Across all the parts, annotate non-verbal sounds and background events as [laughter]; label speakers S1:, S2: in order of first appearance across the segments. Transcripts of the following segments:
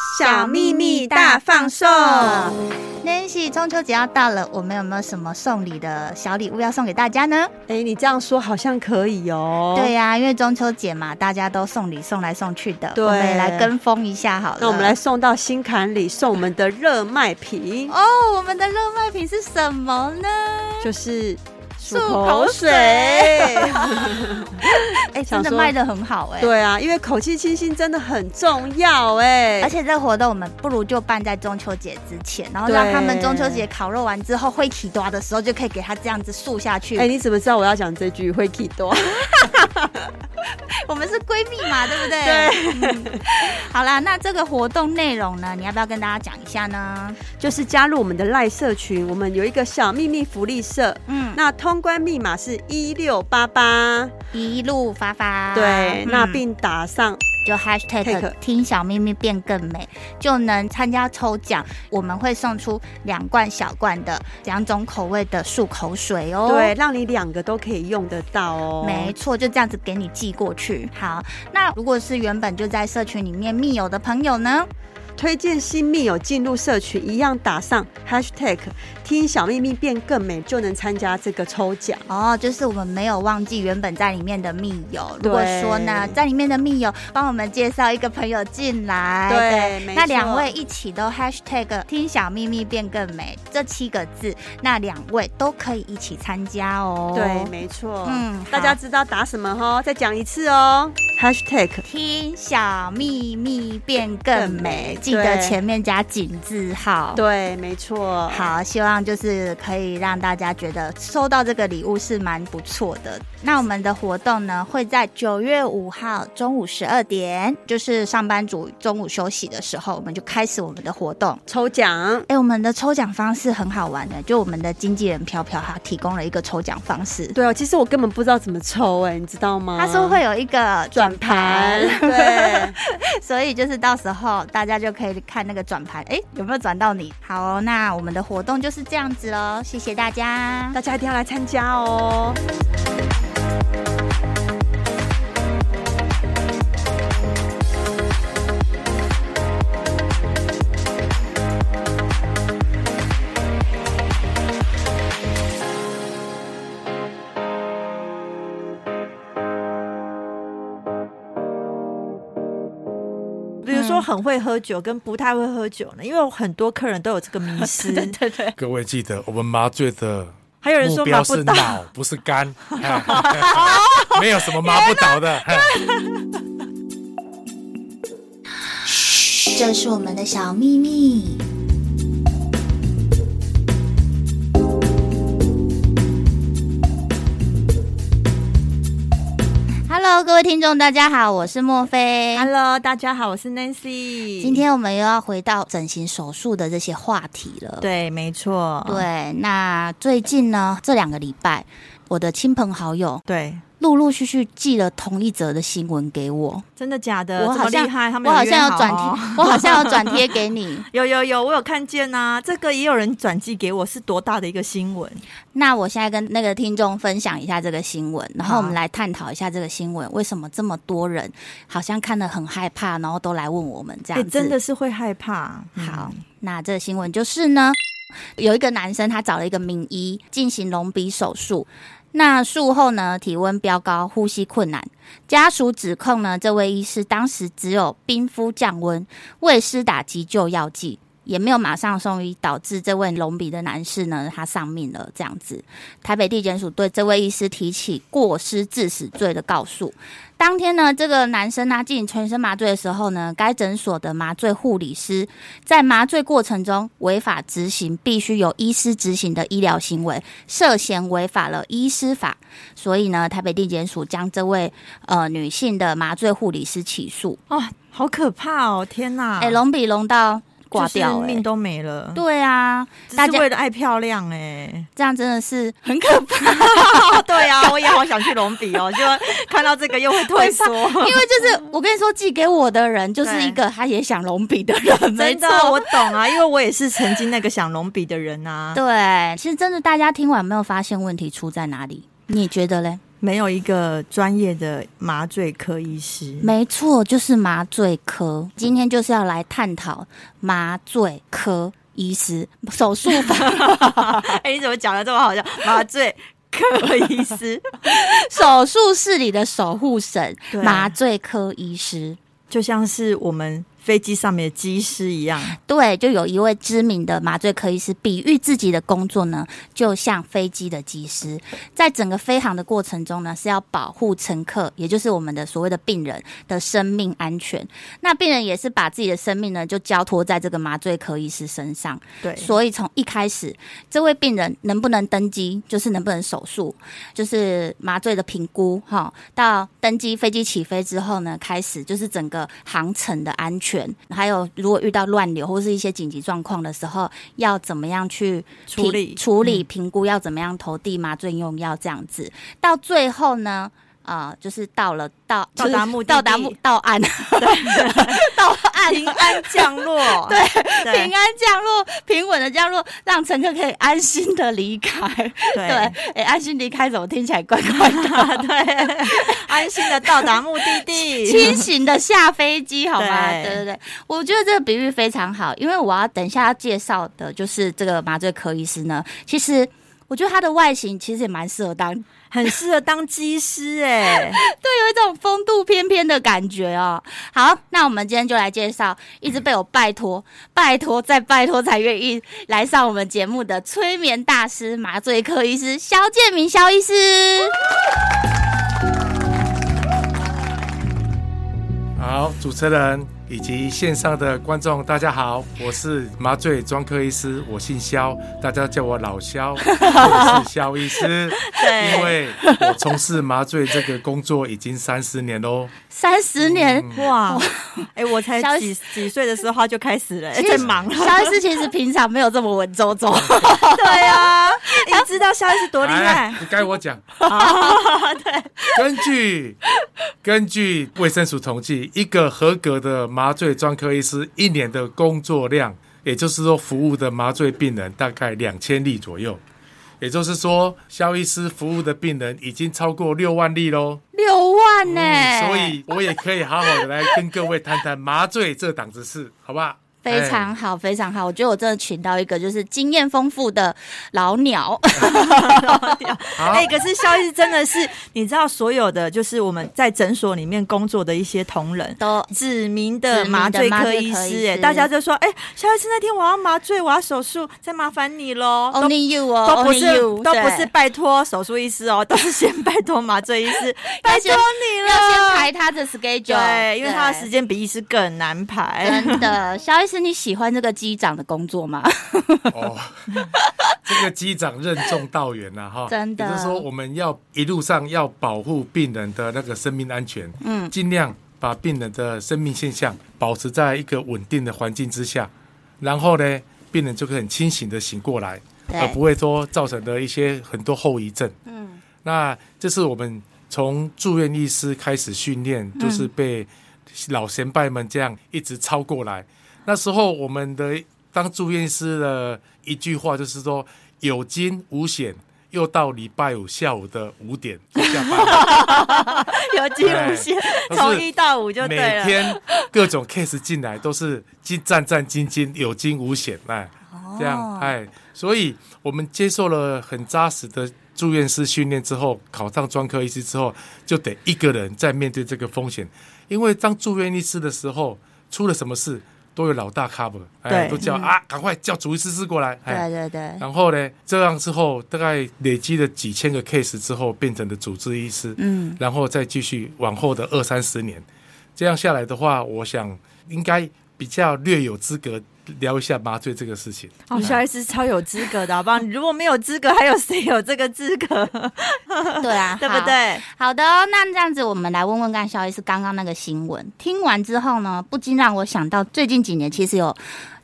S1: 小秘密大放送。
S2: Nancy，中秋节要到了，我们有没有什么送礼的小礼物要送给大家呢？
S1: 哎，你这样说好像可以哦。
S2: 对呀、因为中秋节嘛，大家都送礼送来送去的，
S1: 对
S2: 我们也来跟风一下好了。
S1: 那我们来送到心坎里，送我们的热卖品，
S2: 哦，我们的热卖品是什么呢？
S1: 就是漱
S2: 漱
S1: 口
S2: 口
S1: 水。
S2: 哎，真
S1: 想
S2: 的
S1: 说
S2: 卖的很好
S1: [laughs]
S2: 哎、
S1: 对啊，因为口气清新真的很重要哎、
S2: 而且这活动我们不如就办在中秋节之前，然后
S1: 对
S2: 让他们中秋节烤肉完之后会起多的时候，就可以给他这样子竖下去。
S1: 哎、你怎么知道我要讲这句会 k 多？ [laughs]
S2: [laughs] 我们是闺蜜嘛，对不对？
S1: 对
S2: 嗯好啦，那这个活动内容呢，你要不要跟大家讲一下呢？
S1: 就是加入我们的赖社群，我们有一个小秘密福利社，
S2: 嗯，
S1: 那通关密码是一六八八，
S2: 一路发发。
S1: 对，那
S2: 嗯
S1: 并打上
S2: 就 hashtag
S1: Take
S2: 听小秘密变更美，就能参加抽奖。我们会送出两罐小罐的两种口味的漱口水哦。
S1: 对，。让你两个都可以用得到哦。
S2: 没错，就这样子给你寄过去。好，那如果是原本就在社群里面密友的朋友呢？
S1: 推荐新密友进入社群，一样打上 hashtag 听小秘密变更美，就能参加这个抽奖。
S2: 哦，就是我们没有忘记原本在里面的密友。如
S1: 对
S2: 果说呢，在里面的密友帮我们介绍一个朋友进来，
S1: 对没
S2: 那两
S1: 错
S2: 位一起都 hashtag 听小秘密变更美这七个字，那两位都可以一起参加哦。
S1: 对，没错。
S2: 嗯好
S1: 大家知道打什么哦？再讲一次哦，hashtag
S2: 听小秘密变更
S1: 更
S2: 美
S1: 美，
S2: 记得
S1: 对
S2: 前面加井字号。
S1: 对，没错。，
S2: 好，希望就是可以让大家觉得收到这个礼物是蛮不错的。那我们的活动呢，会在九月五号中午十二点，就是上班族中午休息的时候，我们就开始我们的活动。
S1: 抽奖。
S2: 哎，我们的抽奖方式很好玩的，就我们的经纪人飘飘她提供了一个抽奖方式，
S1: 对哦，其实我根本不知道怎么抽哎、你知道吗？
S2: 她说会有一个
S1: 转盘，
S3: [laughs]
S1: 对，
S2: [laughs] 所以就是到时候大家就可以看那个转盘，哎，有没有转到你？好哦、那我们的活动就是这样子喽，谢谢大家。
S1: 大家一定要来参加哦。
S4: 比如
S2: 嗯
S4: 说很会喝酒跟不太会喝酒呢，因为很多客人都有这个迷失。
S2: [laughs] 对对，
S5: 各位记得，我们麻醉的
S4: 还有人
S5: 目
S4: 说买
S5: 标
S4: 不
S5: 是
S4: 到，
S5: 脑，不是
S4: [laughs]
S5: 肝，哎没有什么麻不倒的。
S2: 这是我们的小秘密。Hello，各位听众，大家好，我是莫菲。
S4: Hello，大家好，我是 Nancy。
S2: 今天我们又要回到整形手术的这些话题了。
S4: 对，啊没错，
S2: 对，那最近呢，这两个礼拜，我的亲朋好友
S4: 对，
S2: 陆陆续续寄了同一则的新闻给我，
S4: 真的假的？
S2: 我
S4: 呃这
S2: 好
S4: 么
S2: 像
S4: 厉害，他们
S2: 我好像
S4: 约
S2: 有转
S4: 哦
S2: 贴，我好像有转贴给你。
S4: [laughs] 有有有，我有看见呐、这个也有人转寄给我，是多大的一个新闻？
S2: 那我现在跟那个听众分享一下这个新闻，然后
S4: 好
S2: 我们来探讨一下这个新闻为什么这么多人好像看得很害怕，然后都来问我们这
S4: 哎、
S2: 样子。
S4: 真的是会害怕。嗯
S2: 好，，那这个新闻就是呢，有一个男生他找了一个名医进行隆鼻手术。那术后呢，体温飙高，呼吸困难。家属指控呢，这位医师当时只有冰敷降温，未施打急救药剂，也没有马上送医，导致这位隆鼻的男士呢，他丧命了。这样子，台北地检署对这位医师提起过失致死罪的告诉。当天呢，这个男生他进行全身麻醉的时候呢，该诊所的麻醉护理师在麻醉过程中违法执行必须由医师执行的医疗行为，涉嫌违法了医师法，所以呢，台北地检署将这位呃女性的麻醉护理师起诉，
S4: 哦，好可怕哦！天哪，
S2: 哎、隆比隆到挂掉、
S4: 就是
S2: 哎
S4: 命都没了。
S2: 对啊，
S4: 只
S2: 大
S4: 是
S2: 家
S4: 为了爱漂亮哎、
S2: [laughs] 这样真的是很可
S4: [laughs]
S2: 怕，
S4: 哦，对啊，我也好想去隆鼻哦，就看到这个又会退缩。
S2: 因为就是我跟你说，寄给我的人就是一个他也想隆鼻的人，没
S4: 真
S2: 错
S4: 的，，啊我懂啊，因为我也是曾经那个想隆鼻的人啊。
S2: 对，其实真的大家听完没有发现问题出在哪里？你觉得嘞？
S3: 没有一个专业的麻醉科医师。
S2: 没错，就是麻醉科。今天就是要来探讨麻醉科医师手术法
S3: [laughs] 哎、你怎么讲的这么好笑？麻醉科医师
S2: 手术室里的守护神——
S3: 对
S2: 麻醉科医师。
S3: [laughs] 就像是我们飞机上面的机师一样，
S2: 对，就有一位知名的麻醉科医师比喻自己的工作呢，就像飞机的机师，在整个飞航的过程中呢，是要保护乘客，也就是我们的所谓的病人的生命安全。那病人也是把自己的生命呢，就交托在这个麻醉科医师身上。
S3: 对，
S2: 所以从一开始，这位病人能不能登机，就是能不能手术，就是麻醉的评估哈。到登机飞机起飞之后呢，开始就是整个航程的安全，还有如果遇到乱流或是一些紧急状况的时候，要怎么样去
S3: 处
S2: 评
S3: 理嗯
S2: 处理评估，要怎么样投递麻醉用药这样子。到最后呢。啊、就是到了到
S3: 到达目的地
S2: 到达目到岸， [laughs] 到岸
S3: 嗯平安降落， [laughs] 对
S2: 平
S3: 对
S2: 安降落，平稳的降落，让乘客可以安心的离开。对，哎、安心离开怎么听起来怪怪的？对，
S3: 安心的到达目的 [laughs] 地。
S2: 清醒的下飞机，好吗？
S3: 对
S2: 对对对，我觉得这个比喻非常好，因为我要等一下要介绍的就是这个麻醉科医师呢，其实。我觉得他的外形其实也蛮适合当，有
S3: 很适合当机师哎、
S2: 一种风度翩翩的感觉哦。好，那我们今天就来介绍，一直被我拜托、 [laughs] 拜托、再拜托才愿意来上我们节目的催眠大师、麻醉科医师肖建明肖医师。
S5: 好，主持人以及线上的观众，大家好，我是麻醉专科医师，我姓肖，大家叫我
S4: [laughs]
S5: 老肖，我是肖医师，
S3: 对
S5: 因为我从事麻醉这个工作已经三十年喽。
S2: 三十年。
S3: [laughs] 哇，哎、我才
S2: 小
S3: 几几岁的时候他就开始了、哎
S2: 其
S3: 在
S2: 实
S3: 忙了。
S2: 肖医师其实平常没有这么文绉
S3: [laughs]
S2: 绉，
S3: 对啊，你知道肖医师多厉
S5: 哎
S3: 害？哦
S5: 不该
S3: [laughs]
S5: 我讲。根据根据卫生署统计，一个合格的麻醉专科医师一年的工作量，也就是说服务的麻醉病人大概两千例左右。也就是说，肖医师服务的病人已经超过六万例喽、
S2: 六万呢、
S3: 嗯
S5: 所以我也可以好好的来跟各位谈谈麻醉这档子事，
S3: [laughs]
S5: 好不好？
S2: 非常好，非常好。我觉得我真的请到一个就是经验丰富的老鸟，
S3: 哎
S5: 好
S3: 哎、可是肖医师真的是，你知道所有的就是我们在诊所里面工作的一些同仁。
S2: 都
S3: 指名的麻醉科
S2: 指
S3: 医师、
S2: 名的麻醉科医
S3: 哎，
S2: 师
S3: 大家就说，哎、肖医师那天我要麻醉，我要手术，再麻烦你喽。都
S2: only you 哦，
S3: 都不是
S2: only you,
S3: 都不是
S2: 对
S3: 拜托手术医师哦，都是先 [laughs] 拜托麻醉医师，拜托你
S2: [laughs] 要先
S3: 了。
S2: 排他的 schedule，
S3: 对，因为他的
S2: 对
S3: 时间比医师更难排。
S2: 真的，肖医师，你喜欢这个机长的工作吗？
S5: [laughs] 哦，这个机长任重道远了、哈，
S2: 真的
S5: 也就是说，我们要一路上要保护病人的那个生命安全，嗯，尽量把病人的生命现象保持在一个稳定的环境之下，然后呢，病人就可以很清醒的醒过来，
S2: 对
S5: 而不会说造成的一些很多后遗症。嗯，那这是我们从住院医师开始训练，就是被老前辈们这样一直抄过来。那时候我们的当住院医师的一句话就是说：有惊无险。又到礼拜五下午的五点就下班了，
S3: [laughs] 有惊无险，
S5: 对
S3: 从一到五就
S5: 每
S3: 对了。
S5: 天各种 case 进来都是惊战战兢兢，有惊无险，哎，
S3: 哦
S5: 这样哎，所以我们接受了很扎实的住院师训练之后，考上专科医师之后，就得一个人在面对这个风险，因为当住院医师的时候，出了什么事都有老大 cover，哎，
S3: 对嗯
S5: 都叫啊，赶快叫主医师师过来，哎，
S2: 对对对，
S5: 然后呢，这样之后大概累积了几千个 case 之后，变成了主治医师，嗯，然后再继续往后的二三十年，这样下来的话，我想应该比较略有资格聊一下麻醉这个事情。
S3: 哦，肖医师超有资格的，好不好？你如果没有资格，还有谁有这个资 [laughs] 格？
S2: [laughs] 对啊，
S3: [laughs] 对不
S2: 好？
S3: 对？
S2: 好的哦，那这样子，我们来问问看肖医师刚刚那个新闻。听完之后呢，不禁让我想到最近几年其实有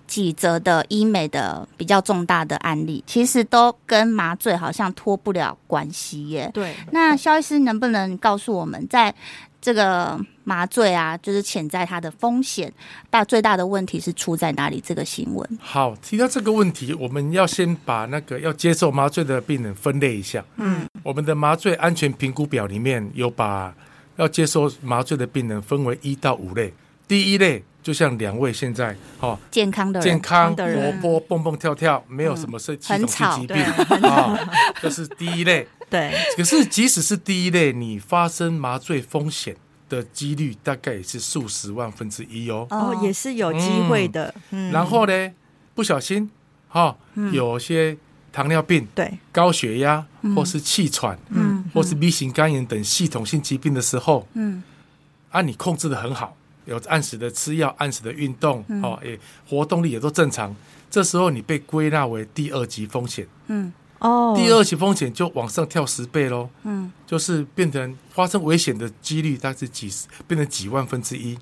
S2: 几则的医美的比较重大的案例，其实都跟麻醉好像脱不了关系耶。
S3: 对，
S2: 那肖医师能不能告诉我们，在这个麻醉啊，就是潜在它的风险，大最大的问题是出在哪里？这个新闻，
S5: 好，提到这个问题，我们要先把那个要接受麻醉的病人分类一下。嗯，我们的麻醉安全评估表里面有把要接受麻醉的病人分为一到五类。第一类，就像两位现在，哦，
S2: 健康的人，嗯
S5: 健康、
S3: 的
S5: 活
S3: 人
S5: 泼、蹦蹦跳跳，没有什么身系
S2: 很
S5: 统性
S2: 吵
S5: 疾
S3: 对
S5: 病啊，这是第一类。
S3: 对，
S5: 可是即使是第一类，你发生麻醉风险的几率大概也是数十万分之一哦。
S3: 哦，也是有机会的，
S2: 嗯
S5: 然后呢，不小心哈、有些糖尿病、
S3: 对，
S5: 高血压或是气喘，嗯，或是 B 型肝炎等系统性疾病的时候，
S2: 嗯，
S5: 啊，你控制的很好，有按时的吃药，按时的运动，哦，也活动力也都正常，这时候你被归纳为第二级风险。
S3: 哦，
S5: 第二级风险就往上跳十倍喽，嗯，就是变成发生危险的几率，大概是几十，变成几万分之一。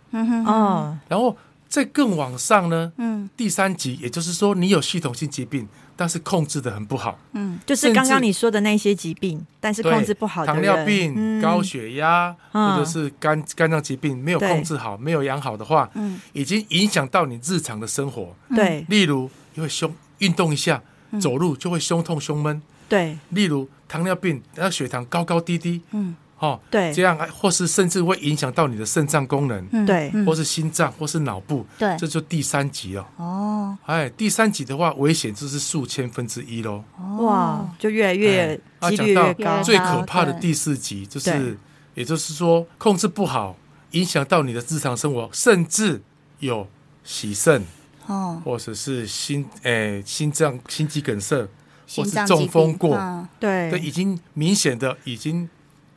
S3: 哦，
S5: 然后再更往上呢，
S2: 嗯，
S5: 第三级，也就是说你有系统性疾病，但是控制的很不好，
S3: 就是刚刚你说的那些疾病，但是
S5: 对
S3: 控制不好的
S5: 糖尿
S3: 人
S5: 病、
S3: 嗯
S5: 高血压、
S3: 嗯
S5: 或者是肝肝脏疾病没有
S3: 对
S5: 控制好、没有养好的话，嗯，已经影响到你日常的生活，
S3: 对
S5: 例如因为胸运动一下，
S3: 嗯
S5: 走路就会胸痛、胸闷，
S3: 对
S5: 例如糖尿病，那血糖高高低低，嗯，哦，
S3: 对
S5: 这样或是甚至会影响到你的肾脏功能，
S2: 嗯
S3: 对
S2: 嗯
S5: 或是心脏，或是脑部，
S2: 对
S5: 这就第三级哦。
S2: 哦，
S5: 哎，第三级的话，危险就是数千分之一喽，
S3: 哇，就越来越
S5: 哎
S3: 几率越
S5: 啊
S2: 讲到
S3: 高，
S5: 最可怕的
S2: 对
S5: 第四级就
S3: 对
S5: 是，也就是说控制不好，影响到你的日常生活，甚至有洗肾
S2: 哦，
S5: 或者是心诶、心脏心肌梗塞，或
S2: 心
S5: 是
S2: 脏疾
S5: 中
S2: 病
S5: 风过，
S2: 嗯
S5: 对，
S3: 对
S5: 已经明显的已经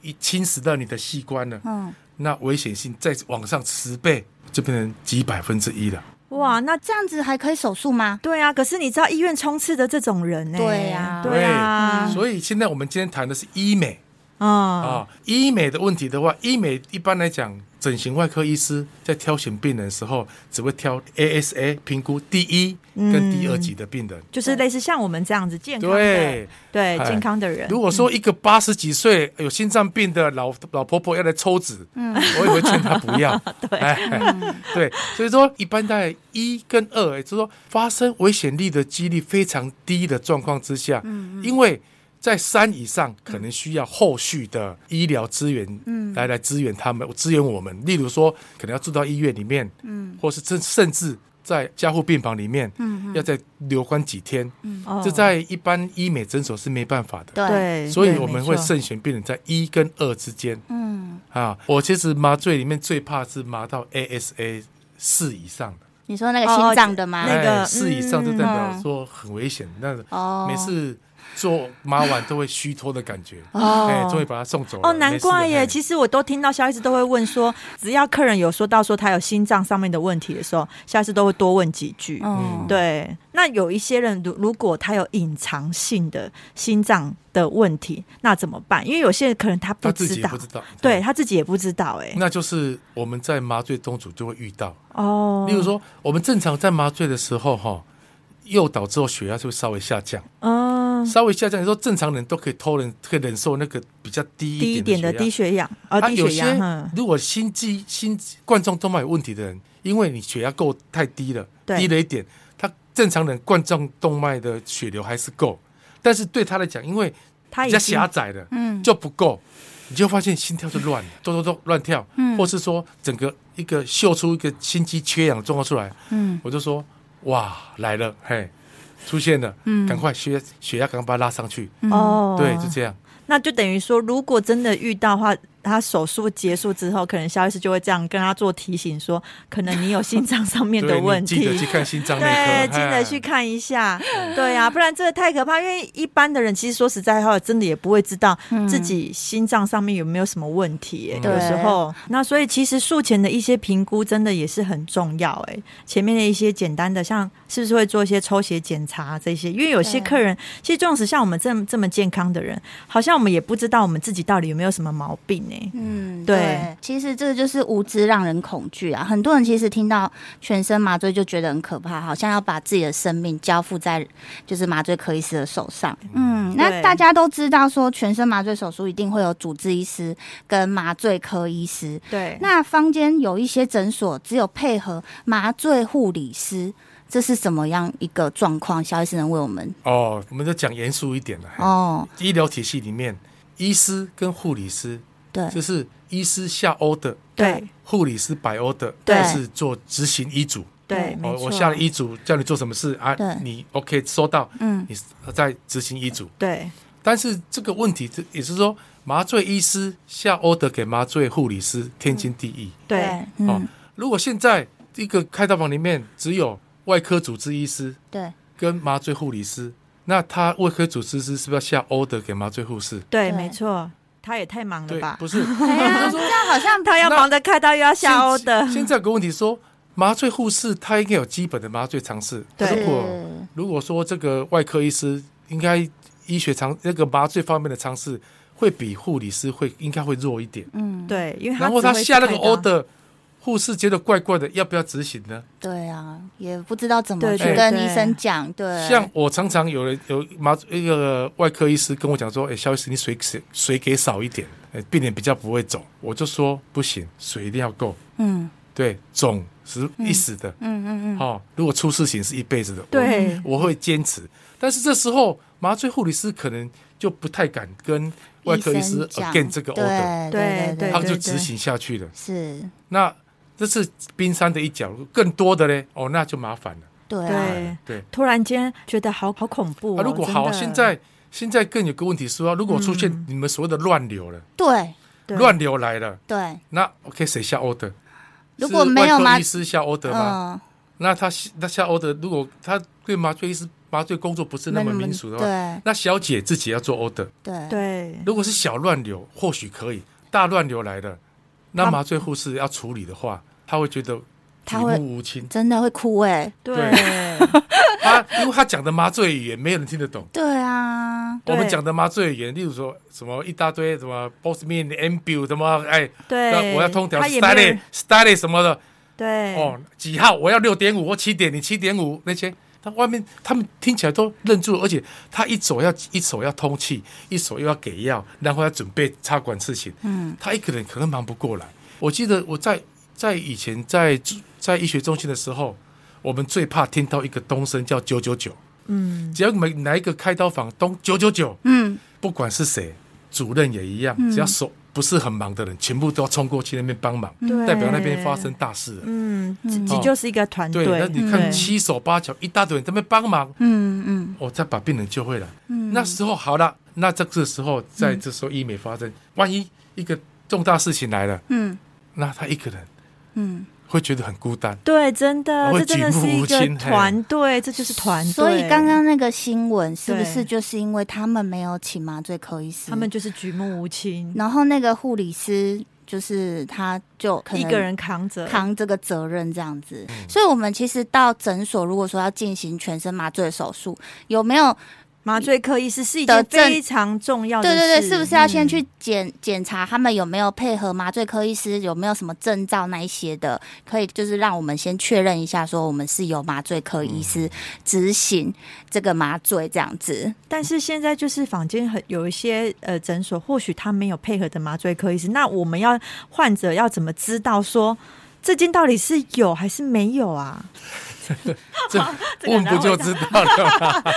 S5: 已侵蚀到你的器官了，
S2: 嗯，
S5: 那危险性再往上十倍，就变成几百分之一了。
S3: 哇，那
S2: 这样子还可以手术吗？
S3: 对啊，可是你知道医院充斥的这种人呢？
S2: 对啊
S3: 对啊，
S5: 所以现在我们今天谈的是医美啊、
S3: 嗯，
S5: 医美的问题的话，医美一般来讲，整形外科医师在挑选病人的时候，只会挑 ASA 评估第一跟第二级的病人。
S3: 就是类似像我们这样子健康的，
S5: 对，
S3: 对
S5: 哎
S3: 健康的人，
S5: 如果说一个八十几岁有心脏病的老老婆婆要来抽脂，我也会劝她不要。对、对，所以说一般在一跟二，哎也就是说发生危险率的几率非常低的状况之下，因为在三以上可能需要后续的医疗资源，来来支援他们，支援我们。例如说，可能要住到医院里面，或是甚甚至。在加护病房里面，要在留观几天，
S3: 哦
S5: 这在一般医美诊所是没办法的。
S2: 对，
S3: 对，
S5: 所以
S3: 对
S5: 我们会，
S3: 没错
S5: 慎选病人在一跟二之间
S2: 嗯，
S5: 啊。我其实麻醉里面最怕是麻到 ASA 四以上的，
S2: 你说那个
S3: 哦
S2: 心脏的吗？
S3: 那个
S5: 哎四以上就
S2: 嗯
S5: 代表说很危险，那
S2: 哦
S5: 每次做麻完都会虚脱的感觉，
S2: 哦
S5: 哎，终于把他送走了
S3: 哦，难怪耶！
S5: 实
S3: 其实我都听到肖医师都会问说，只要客人有说到说他有心脏上面的问题的时候，肖医师都会多问几句。
S2: 嗯，
S3: 对，那有一些人如如果他有隐藏性的心脏的问题，那怎么办？因为有些人可能他不
S5: 他自己
S3: 知
S5: 也
S3: 道，
S5: 不知道，
S3: 对。他自己也不知道、哎，
S5: 那就是我们在麻醉中组就会遇到，
S3: 哦，
S5: 例如，说，我们正常在麻醉的时候，哈，诱导之后血压就会稍微下降，
S3: 嗯，
S5: 稍微下降。你说正常人都可以偷忍，可以忍受那个比较低
S3: 低一
S5: 一
S3: 点
S5: 点
S3: 的
S5: 的
S3: 低
S5: 血
S3: 血氧，
S5: 压。
S3: 哦，低
S5: 啊有
S3: 血
S5: 些
S3: 氧，嗯，
S5: 如果心肌、心冠状动脉有问题的人，因为你血压够太低了，
S3: 对
S5: 低了一点，他正常人冠状动脉的血流还是够，但是对他来讲，因为
S3: 他
S5: 比
S3: 已
S5: 较
S3: 经嗯
S5: 狭窄的，就不够，你就发现心跳就
S3: [laughs]
S5: 乱了，咚咚咚乱跳，
S3: 嗯
S5: 或是说整个一个秀出一个心肌缺氧状况出来，
S2: 嗯，
S5: 我就说哇来了，嘿，出现了，赶快血血压赶快把它拉上去，
S3: 嗯
S2: 嗯
S3: 哦，
S5: 对，就这样，
S3: 那就等于说，如果真的遇到的话，他手术结束之后，可能肖医师就会这样跟他做提醒说，可能你有心脏上面的
S5: [laughs] 对
S3: 问
S5: 你
S3: 题，
S5: 记得去看心脏
S3: [laughs]
S5: 内
S3: 对，
S5: [laughs] 科，
S3: 记得
S5: 嘿
S3: 去看一下。对啊，不然这个太可怕。因为一般的人其实说实在话，真的也不会知道自己心脏上面有没有什么问题、欸。
S5: 嗯
S3: 有时
S2: 对
S3: 候，那所以其实术前的一些评估真的也是很重要、欸。哎，前面的一些简单的，像是不是会做一些抽血检查这些？因为有些
S2: 对
S3: 客人其实纵使像我们这么这么健康的人，好像我们也不知道我们自己到底有没有什么毛病哎、呢。
S2: 嗯，
S3: 对
S2: 对，其实这个就是无知让人恐惧啊。很多人其实听到全身麻醉就觉得很可怕，好像要把自己的生命交付在就是麻醉科医师的手上。嗯，那
S3: 对
S2: 大家都知道说全身麻醉手术一定会有主治医师跟麻醉科医师。
S3: 对
S2: 那坊间有一些诊所只有配合麻醉护理师，这是什么样一个状况？肖医师能为我们
S5: 哦，我们就讲严肃一点了。哦，
S2: 哦，
S5: 医疗体系里面，医师跟护理师，
S2: 对
S5: 这是医师下 order，
S3: 对
S5: 护理师摆 order，
S2: 对
S5: 是做执行医嘱。
S3: 对，没
S5: 我
S3: 错。
S5: 我下了医嘱，叫你做什么事啊
S2: 对？
S5: 你 OK 收到，
S2: 嗯
S5: 你在执行医嘱。
S3: 对
S5: 但是这个问题，这也是说，麻醉医师下 order 给麻醉护理师，天经地义。
S3: 对，
S5: 哦
S2: 嗯，，
S5: 如果现在一个开刀房里面只有外科主治医师 [laughs]
S2: 对，
S5: 跟麻醉护理师，那他外科主治医师是不是要下 order 给麻醉护士？
S3: 对，
S2: 对
S3: 没错。他也太忙了
S5: 对
S3: 吧，？
S5: 不是。
S2: 哎呀，这样好像
S3: 他要忙着开刀，又要 [laughs] 下欧的
S5: 现。现在有个问题说，麻醉护士他应该有基本的麻醉常识。
S3: 对
S5: 如果
S2: 是
S5: 如果说这个外科医师应该医学常那个麻醉方面的常识会比护理师会应该会弱一点。
S2: 嗯，
S3: 对，因为
S5: 然后他
S3: 只会
S5: 下那
S3: 开
S5: 个
S3: 刀
S5: order，护士觉得怪怪的，要不要执行呢？
S2: 对啊，也不知道怎么
S3: 对
S2: 去
S3: 对
S2: 跟
S3: 对
S2: 医生讲，对，
S5: 像我常常有人有麻一个外科医师跟我讲说：“哎、肖医师，你水水水给少一点，哎、病人比较不会肿。”我就说不行，水一定要够。
S2: 嗯
S5: 对，肿是一时的，
S2: 嗯嗯嗯，
S5: 哦，如果出事情是一辈子的。
S3: 对
S5: 我，我会坚持。但是这时候麻醉护理师可能就不太敢跟外科医师
S2: 生讲
S5: again 这个 order，
S2: 对
S3: 对
S2: 对
S5: 他
S3: 对
S5: 们就执行下去了。
S2: 是，
S5: 那这是冰山的一角，更多的嘞，哦，那就麻烦了。
S2: 对啊，
S3: 对，
S5: 对，
S3: 突然间觉得好好恐怖哦。
S5: 啊，如果好，
S3: 真的
S5: 现在现在更有个问题是说，如果出现你们所谓的乱流了，
S2: 嗯对
S3: 对
S5: 乱流来了，
S2: 对，
S5: 那 OK 谁下 order？
S2: 如果没有
S5: 是
S2: 麻
S5: 外科医师下 order 吗？
S2: 嗯，
S5: 那他那下 order，如果他对麻醉医师麻醉工作不是那么民俗的话，
S2: 对
S5: 那小姐自己要做 order。
S2: 对
S3: 对
S5: 如果是小乱流，或许可以；大乱流来了，那麻醉护士要处理的话，他会觉得举
S2: 他会
S5: 目无亲。
S2: 真的会哭哎，
S3: 对
S5: 他因为他讲的麻醉语言没有人听得懂。
S2: 对啊，
S5: 我们
S3: 对
S5: 讲的麻醉语言，例如说什么一大堆什么 boss mean m b u 什么哎，
S3: 对，
S5: [laughs] 那我要通条
S3: 他也没有
S5: study
S3: 人
S5: study 什么的
S3: 对
S5: 哦，几号我要六点五或七点，你七点五那些，他外面他们听起来都愣住了，而且他一手要一手要通气，一手又要给药，然后要准备插管事情，
S2: 嗯，
S5: 他一个人可能忙不过来。我记得我在在以前在在医学中心的时候，我们最怕听到一个东声叫九九九，
S3: 嗯，
S5: 只要每哪一个开刀房东九九九，
S2: 嗯，
S5: 不管是谁，主任也一样，只要手不是很忙的人，全部都要冲过去那边帮忙，
S3: 对
S5: 代表那边发生大事了。
S3: 嗯，这
S5: 哦
S3: 这就是一个团队
S5: 对，。那你看
S3: 对
S5: 七手八脚一大堆人在那边帮忙，
S2: 嗯嗯
S5: 我、再把病人救回来。那时候好了，那这个时候在这时候医美发生，万一一个重大事情来了，
S2: 嗯
S5: 那他一个人
S2: 嗯，
S5: 会觉得很孤单。
S3: 对，真的，
S5: 会
S3: 这真的
S5: 举目
S3: 是一
S5: 无
S3: 个
S5: 亲嘿
S3: 团队，这就是团队。
S2: 所以刚刚那个新闻是不是
S3: 对
S2: 就是因为他们没有请麻醉科医师，
S3: 他们就是举目无亲，
S2: 然后那个护理师就是他就可
S3: 一
S2: 能
S3: 个人扛着，
S2: 扛这个责任这样子。所以，我们其实到诊所，如果说要进行全身麻醉手术，有没有？
S3: 麻醉科医师是一
S2: 的
S3: 件
S2: 正
S3: 非常重要的
S2: 对
S3: 事。
S2: 对对，是不是要先
S3: 嗯
S2: 去检检查他们有没有配合麻醉科医师，有没有什么证照那一些的？可以就是让我们先确认一下，说我们是由麻醉科医师执行这个麻醉这样子。
S3: 但是现在就是坊间很有一些呃诊所，或许他没有配合的麻醉科医师，那我们要患者要怎么知道说这间到底是有还是没有啊？
S5: 这
S3: 这个
S5: 问
S3: 很难
S5: 不就
S3: 回答
S5: 知道了吗？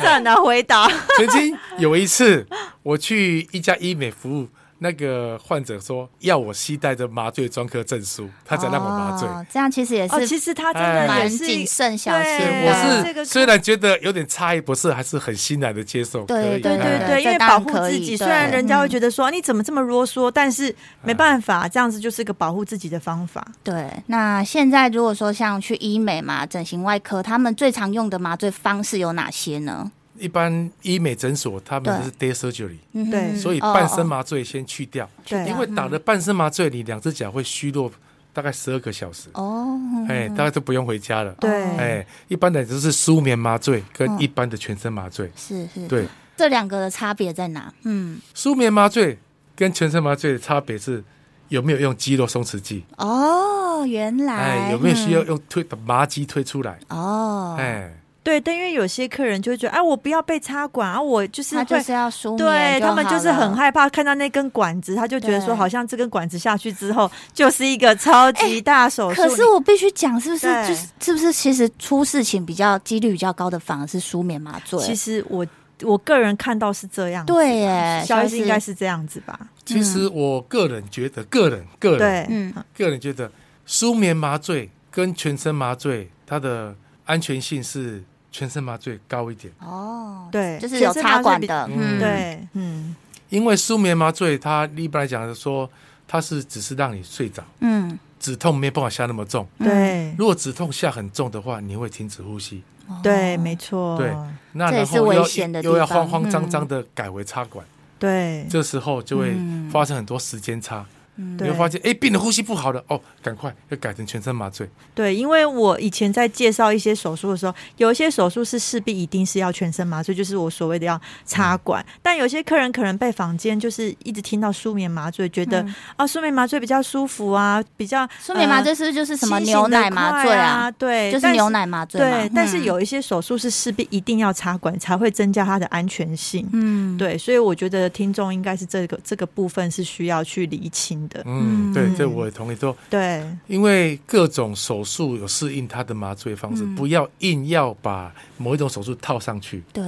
S3: 这很难回答。
S5: [laughs] 曾经有一次，我去一家医美服务，那个患者说要我携带着麻醉专科证书，他才让我麻醉。
S2: 哦，这样其实也
S3: 哦，
S2: 是
S3: 其实他真
S5: 哎
S3: 的也
S2: 蛮
S3: 是
S2: 谨慎小心的。
S3: 对
S5: 我
S3: 这
S5: 是
S3: 个
S5: 虽然觉得有点差异，不是，还是很欣然的接受。
S2: 对
S5: 可以
S2: 对
S3: 对对
S5: 哎
S2: 对
S3: 对，因
S2: 这
S3: 为
S2: 当
S3: 保
S2: 然
S3: 护
S2: 可
S3: 自
S2: 以
S3: 己，
S2: 对嗯
S3: 虽然人家会觉得说、哦你怎么这么啰嗦，但是没办法，这样子就是个保护自己的方法。
S2: 对，那现在如果说像去医美嘛、整形外科，他们最常用的麻醉方式有哪些呢？
S5: 一般医美诊所他们是 day surgery，
S2: 嗯
S3: 对
S2: 哼
S5: 所以
S2: 哦啊
S5: 半身
S2: 哦
S5: 麻醉先去掉，
S3: 对
S5: 因为打了半身麻醉，你两只脚会虚弱大概十二个小时，
S2: 哦，嗯
S5: 哎，大概都不用回家了。
S3: 对
S5: 哎，一般的就是舒眠麻醉
S2: 嗯
S5: 跟一般的全身麻醉，
S2: 是是，
S5: 对。
S2: 这两个的差别在哪？嗯，
S5: 舒眠麻醉跟全身麻醉的差别是有没有用肌肉松弛剂，
S2: 哦，原来
S5: 哎，有没有需要
S2: 嗯
S5: 用推把麻肌推出来？
S2: 哦，
S5: 哎，
S3: 对，但因为有些客人就会觉得，哎、我不要被插管啊，我就是
S2: 他就
S3: 会。
S2: 是要舒眠
S3: 对
S2: 好
S3: 他们就是很
S2: 了
S3: 害怕看到那根管子，他就觉得
S2: 对哎
S3: 说，好像这根管子下去之后就是一个超级大手术。
S2: 可是我必须讲，是不是
S3: 对
S2: 就是是不是其实出事情比较几率比较高的，反而是舒眠麻醉？
S3: 其实我我个人看到是这样子，
S2: 对耶，
S3: 肖医
S2: 就
S3: 师应该是这样子吧？
S5: 其实我个人觉得，个人个人
S3: 对，
S2: 嗯
S5: 个人觉得，舒眠麻醉跟全身麻醉它的安全性是全身麻醉高一点，
S2: 哦，
S3: 嗯对
S2: 就是有插管的，
S5: 全身麻醉
S2: 嗯，
S5: 比
S3: 对，嗯，
S5: 因为舒眠麻醉它一般来讲是说它是只是让你睡着，
S2: 嗯，
S5: 止痛没办法下那么重。
S3: 对，
S5: 如果止痛下很重的话，你会停止呼吸，
S2: 哦
S3: 对，没错，
S5: 对那
S2: 这也
S5: 然
S2: 是
S5: 后
S2: 危
S5: 又要
S2: 险的地
S5: 又要
S2: 方
S5: 慌慌张
S2: 嗯
S5: 张的改为插管，
S3: 对，
S5: 这时候就会
S2: 嗯
S5: 发生很多时间差。你
S3: 对
S5: 会发现，哎，病人呼吸不好了，哦，赶快要改成全身麻醉。
S3: 对，因为我以前在介绍一些手术的时候，有一些手术是势必一定是要全身麻醉，就是我所谓的要插管。但有些客人可能被坊间就是一直听到舒眠麻醉，觉得、
S2: 嗯
S3: 啊舒眠麻醉比较舒服啊，比较
S2: 舒眠麻
S3: 呃
S2: 醉是不是就是什么
S3: 清醒
S2: 牛
S3: 得
S2: 奶麻
S3: 快
S2: 醉
S3: 啊？
S2: 啊？
S3: 对，
S2: 就是
S3: 但
S2: 牛。奶麻醉嘛
S3: 对，但是
S2: 嗯
S3: 有一些手术是势必一定要插管才会增加它的安全性。
S2: 嗯，
S3: 对，所以我觉得听众应该是这个这个部分是需要去厘清的。
S5: 嗯，对，
S2: 嗯
S5: 这我也同意。说，
S3: 对，
S5: 因为各种手术有适应它的麻醉方式，
S2: 嗯
S5: 不要硬要把某一种手术套上去，
S2: 对，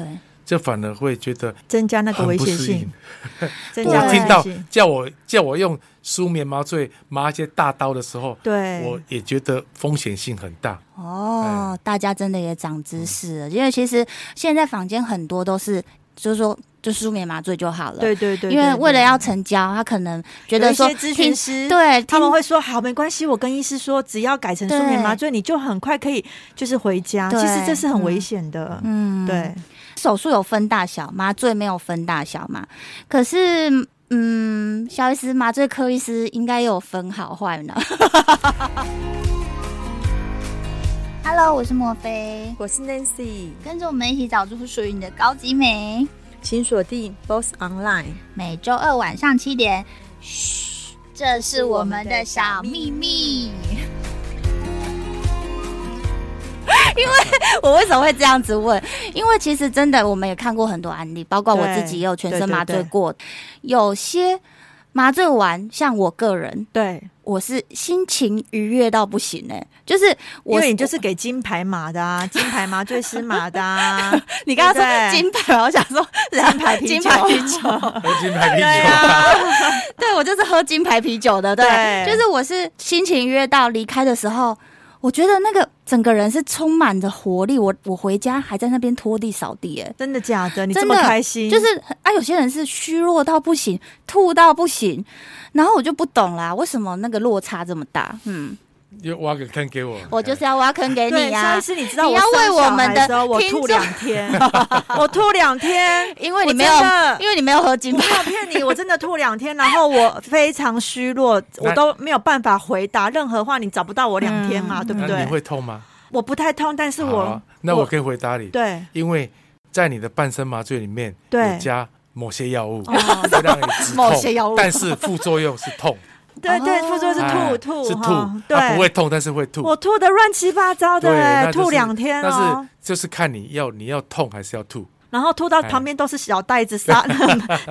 S5: 这反而会觉得
S3: 增加那个
S5: 很
S3: 危
S5: 不
S3: 险
S5: 适应
S3: 性。。增
S2: 对
S3: 加
S5: 我
S3: 危
S5: 听
S3: 险
S5: 到
S3: 性。
S5: 叫我叫我用舒眠麻醉麻一些大刀的时候，
S3: 对，
S5: 我也觉得风险性很大。
S2: 哦，大家真的也长知识了，因为其实现在坊间很多都是，就是说就舒眠麻醉就好了，
S3: 对对对，
S2: 因为
S3: 对
S2: 为了
S3: 对
S2: 要成交，他可能觉
S3: 有
S2: 得
S3: 一
S2: 说
S3: 些咨
S2: 听
S3: 询师
S2: 对，
S3: 他们
S2: 听
S3: 会说好，没关系，我跟医师说，只要改成舒眠麻
S2: 对
S3: 醉，你就很快可以就是回家。
S2: 对
S3: 其实这是很危
S2: 嗯
S3: 险的，
S2: 嗯，
S3: 对，
S2: 手术有分大小，麻醉没有分大小嘛。可是，嗯，肖医师、麻醉科医师应该有分好坏呢。Hello，我是莫菲，
S3: 我是 Nancy，
S2: 跟着我们一起找出属于你的高级美。
S3: 请锁定 Boss Online。
S2: 每周二晚上七点，嘘，这是我们的小秘密。 [laughs] 因为 [laughs] 我为什么会这样子问？因为其实真的我们也看过很多案例，包括我自己也有全身麻醉过，有些麻醉完，像我个人，
S3: 对，
S2: 我是心情愉悦到不行哎、就是
S3: 因
S2: 我
S3: 为你就是给金牌码的
S2: [laughs]
S3: 啊，金牌麻醉师码的啊，
S2: 你刚刚
S3: 对
S2: 说
S3: 不对
S2: 金牌，我想说
S3: 金牌啤
S2: [laughs]
S3: 酒
S2: 金牌啤酒，
S5: 喝哎金牌啤
S3: 对
S5: 酒，
S3: 啊，
S2: 对我就是喝金牌啤酒的，对，
S3: 对
S2: 就是我是心情约到离开的时候，我觉得那个整个人是充满着活力。我我回家还在那边拖地扫地、哎，
S3: 真的假的？你这
S2: 真
S3: 么
S2: 的
S3: 开心，
S2: 就是啊，有些人是虚弱到不行，吐到不行，然后我就不懂啦，为什么那个落差这么大？嗯，
S5: 又挖个坑给我。
S2: 我就是要挖坑给
S3: 对
S2: 你啊
S3: 肖
S2: 呀、
S3: 医师，你知道
S2: 你
S3: 我
S2: 要
S3: 生
S2: 为我
S3: 小
S2: 们
S3: 孩
S2: 的
S3: 时候我
S2: 听
S3: 吐
S2: 众
S3: 两
S2: [laughs]
S3: 天，我吐两天，
S2: 因为你
S3: 我
S2: 没有
S3: 真的，
S2: 因为 [laughs] 你没有喝金牌
S3: 没。有骗你，我真的吐两天，然后我非常虚
S2: [laughs]
S3: 弱，
S5: 那
S3: 我都没有办法回答任何话，你找不到我两天嘛，
S2: 嗯
S3: 对不
S5: 那
S3: 对
S5: 你？会痛吗？
S3: 我不太痛，但是
S5: 好
S3: 我
S5: 啊那我
S3: 以
S5: 可以回答你，
S3: 对
S5: 因为在你的半身麻醉里面
S3: 对
S5: 有加某些药物，
S3: 哦
S5: 会让你止痛，
S2: 某些药物
S5: 但是副作用是痛，
S3: 对对，
S2: 哦
S3: 副 [laughs] 作用是
S5: 哎
S3: 吐吐
S5: 是
S3: 哈
S2: 啊
S5: 吐，它
S3: 对，
S5: 不会痛，但是会吐。
S3: 我吐的乱七八糟
S5: 对，那
S3: 的，
S5: 就是
S3: 吐两天
S5: 但
S3: 哦
S5: 是，就是看你要你要痛还是要吐。
S3: 然后吐到
S5: 哎
S3: 旁边都是小袋子沙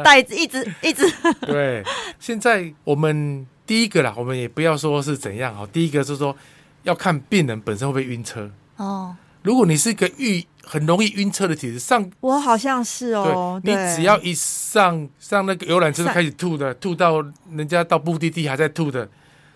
S3: 袋子，一直一
S5: [laughs]
S3: 直
S5: 对，现在我们第一个啦，我们也不要说是怎样哦，第一个是说要看病人本身会不会晕车。
S2: 哦，
S5: 如果你是一个遇很容易晕车的体质，上
S3: 我好像是哦，
S5: 对
S3: 对
S5: 你只要一上上那个游览车就
S3: 上
S5: 开始吐的，吐到人家到目的地还在吐的，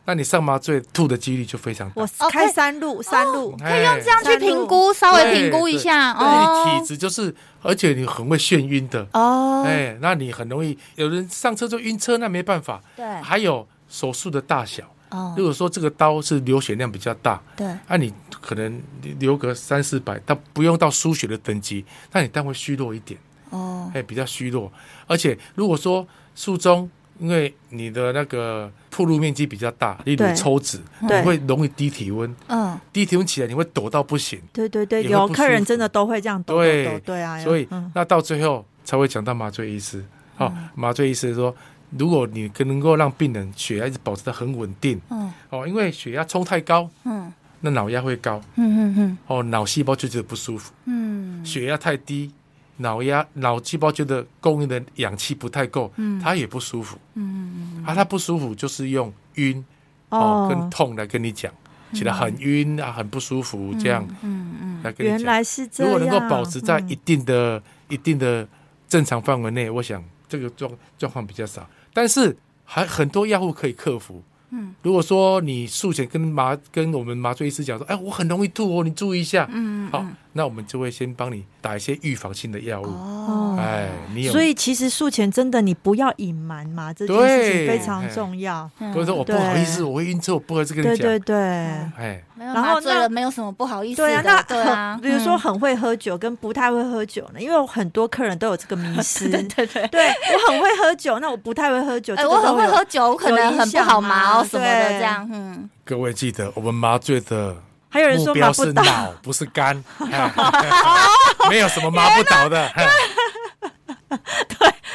S5: 那你上麻醉吐的几率就非常大哎
S3: 我。
S2: 哦
S3: 开
S2: 可以
S3: 山路山路，
S2: 可以用这样去
S3: 山路
S2: 评估，稍微评估一下
S5: 对，你
S2: 哦
S5: 体。质就是，而且你很会眩晕的，
S2: 哦，
S5: 哎，那你很容易有人上车就晕车，那没办法。
S2: 对，
S5: 还有手术的大小，如
S2: 哦，
S5: 果说这个刀是流血量比较大，
S2: 对，
S5: 那、你可能流个三四百，它不用到输血的等级，那你但会虚弱一点，
S2: 哦，
S5: 哎，比较虚弱。而且如果说术中，因为你的那个铺路面积比较大，例如
S3: 对
S5: 抽脂，你
S3: 对
S5: 会容易低体温，
S2: 嗯，
S5: 低体温起来你会抖到不行，
S3: 对对对，
S5: 也会
S3: 有
S5: 不
S3: 客
S5: 舒
S3: 人
S5: 服
S3: 真的都会这样抖抖
S5: 对
S3: 抖，对啊，
S5: 所以
S3: 嗯
S2: 嗯
S5: 哦那到最后才会讲到麻醉医师。好、麻醉医师说如果你可能够让病人血压一直保持得很稳定，
S2: 嗯
S5: 哦，因为血压冲太高，
S2: 嗯
S5: 那脑压会高，
S2: 嗯嗯
S5: 哦，脑细胞就觉得不舒服；
S2: 嗯
S5: 血压太低，脑压脑细胞觉得供应的氧气不太够，它也不舒服。
S2: 嗯
S5: 啊，它不舒服就是用晕哦
S3: 哦
S5: 跟痛来跟你讲，起来很晕啊，很不舒服这样
S2: 嗯嗯
S5: 来跟你
S3: 原
S5: 讲。
S3: 来是这
S5: 如
S3: 样。嗯
S5: 果能够保持在一定的、一定的正常范围内，我想这个状状况比较少。但是还很多药物可以克服。
S2: 嗯，
S5: 如果说你术前跟麻跟我们麻醉医师讲说，哎，我很容易吐哦，你注意一下。
S2: 嗯
S5: 好，那我们就会先帮你打一些预防性的药物。
S2: 哦
S5: 哎，你有
S3: 所以其实术前真的你不要隐瞒嘛，这件事情非常重要。
S5: 不是说哦我
S3: 嗯
S5: 不
S3: 对
S5: 好意思，我会晕车，我不会这跟
S3: 对
S5: 你讲
S3: 对。对。
S5: 哎，
S2: 没有
S3: 然后
S2: 麻醉
S3: 那
S2: 了，没有什么不好意思
S3: 对啊，
S2: 的，对
S3: 那 [laughs]
S2: 啊
S3: 很，比如说很会喝酒跟不太会喝酒呢，因为我很多客人都有这个迷
S2: [laughs]
S3: 失。对对我很会喝酒，那我不太会喝酒。
S2: 哎，
S3: 这个
S2: 我
S3: 都
S2: 很会
S3: 有
S2: 喝酒，我可能很不好麻哦
S3: 有影响啊
S2: 什么的，
S3: 对
S2: 这样，嗯，
S5: 各位记得，我们麻醉的
S3: 还有人
S5: 目
S3: 说麻
S5: 标
S3: 不
S5: 是
S3: 到，
S5: 脑，不是肝，哎
S3: [laughs]
S5: [laughs] 没有什么麻不倒的。哎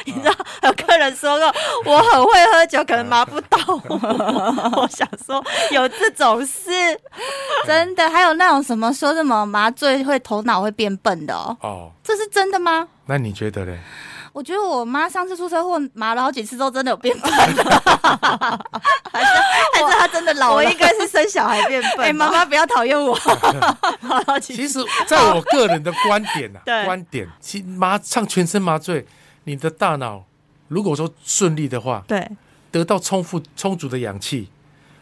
S3: 你知道有客人说过我很会喝酒，可能麻不到。
S2: [laughs]
S3: 我想说有这种事，
S2: 真的，还有那种什么说什么麻醉会头脑会变笨的哦，
S5: 哦，
S2: 这是真的吗？
S5: 那你觉得呢？
S2: 我觉得我妈上次出车祸麻了好几次之后，真的有变笨， [laughs] 还是还是她真的老
S3: 我
S2: 了
S3: 应？该是生小孩变笨吧。
S2: [laughs] 哎，妈妈不要讨厌我，
S3: [laughs]
S5: 其实，在我个人的观点啊，
S3: 对
S5: 观点，其麻上全身麻醉，你的大脑如果说顺利的话，
S3: 对，
S5: 得到充富充足的氧气，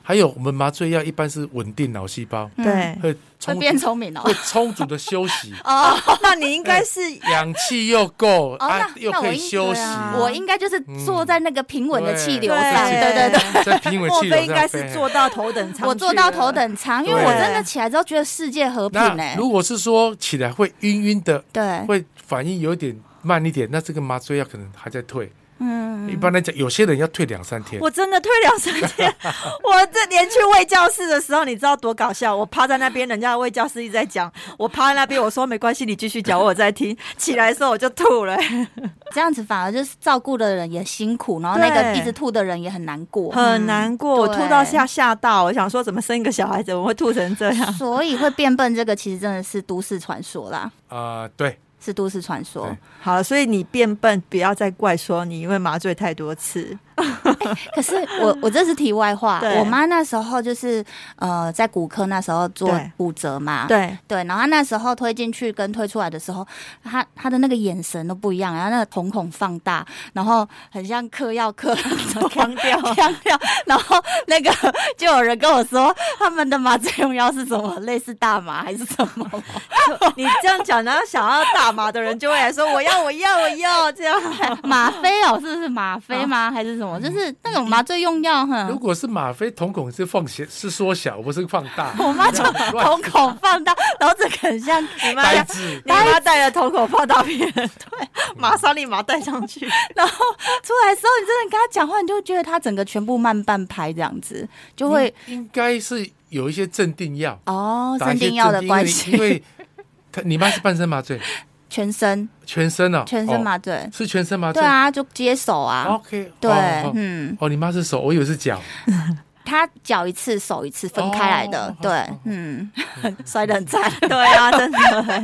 S5: 还有我们麻醉药一般是稳定脑细胞，
S2: 嗯 [laughs]
S3: 对，
S5: 会
S2: 会
S5: 充
S2: 变聪明哦
S5: 会。充足的休息，哎
S2: 哦，
S3: 那你 [laughs] 应该是哦
S5: 氧气又够啊
S2: 那，
S5: 又
S2: 那我
S5: 可以
S2: 应
S5: 休
S3: 对
S5: 息，
S3: 啊
S2: 我应该就是坐在那个平稳的气流上，
S3: 对
S2: 对对对。
S5: 在平稳
S3: 莫
S5: 气流
S3: 非
S5: 上
S3: 应该
S5: 飞
S3: 是坐到头等舱，
S2: 我坐到头。等舱，因为
S5: 对
S2: 我真的起来之后觉得世界和平欸呢、
S5: 那如果是说起来会晕晕的，
S2: 对，
S5: 会反应有一点慢一点，那这个麻醉药可能还在退。
S2: 嗯，
S5: 一般来讲，有些人要退两三天。
S3: 我真的退两三天，我这连去卫教室的时候，你知道多搞笑？我趴在那边，人家的卫教师一直在讲，我趴在那边，我说没关系，你继续讲，我有在听。起来的时候我就吐了，
S2: 这样子反而就是照顾的人也辛苦，然后那个
S3: 对
S2: 一直吐的人也很难过， [laughs]
S3: 很难过，我
S2: 嗯对
S3: 吐到吓吓到，我想说怎么生一个小孩怎么会吐成这样？
S2: 所以会变笨，这个其实真的是都市传说啦，
S5: 啊，对，
S2: 是都市传说
S5: 对。
S3: 好，所以你变笨，不要再怪说你因为麻醉太多次，
S2: 可是我我这是题外话，
S3: 对
S2: 我妈那时候就是呃在骨科那时候做
S3: 对
S2: 骨折嘛，
S3: 对，
S2: 对，然后她那时候推进去跟推出来的时候，她她的那个眼神都不一样，然后那个瞳孔放大，然后很像嗑药
S5: [laughs]
S2: 嗑
S3: 慌掉。
S2: 亮亮，然后那个就有人跟我说，他们的麻醉用药是什么，类似大麻还是什么？
S5: [laughs]
S3: 你这样讲，然后想要大麻的人就会来说我要，我要，我要这
S2: [laughs]
S3: 样。
S2: 吗啡哦，是不是吗啡
S5: 啊
S2: 吗？还是什么？就是那种麻醉用药，
S5: 如
S2: 哼。
S5: 果是吗啡，瞳孔是放小，是缩小，不是放大。
S2: [laughs] 我妈就瞳孔放大，然后整个很像你妈
S5: 呆滞
S3: 你妈带了瞳孔放到别人，对，马上立马带上
S2: [laughs]
S3: 去。
S2: 然后出来的时候，你真的跟她讲话，你就会觉得她整个全部慢半拍这样子，就会
S5: 应该是有一些镇定药，
S2: 哦，
S5: 嗯打
S2: 镇
S5: 一些
S2: 定药的关
S5: 因为
S2: 系，
S5: 因为他你妈是半身
S2: [laughs]
S5: 麻醉，
S2: 全身
S5: 全身啊，
S2: 全身麻
S5: 哦，
S2: 醉，
S5: 是全身麻醉。
S2: 对啊，就接手啊，
S5: ，OK，
S2: 对
S5: 哦，哦
S2: 嗯。
S5: 哦，你妈是手，我以为是脚。
S2: 他脚一次手一次分开来的，
S5: 哦
S2: 对
S5: 好好好，
S2: 嗯， [laughs] 摔得很惨。 [laughs]
S3: 对啊，真的欸，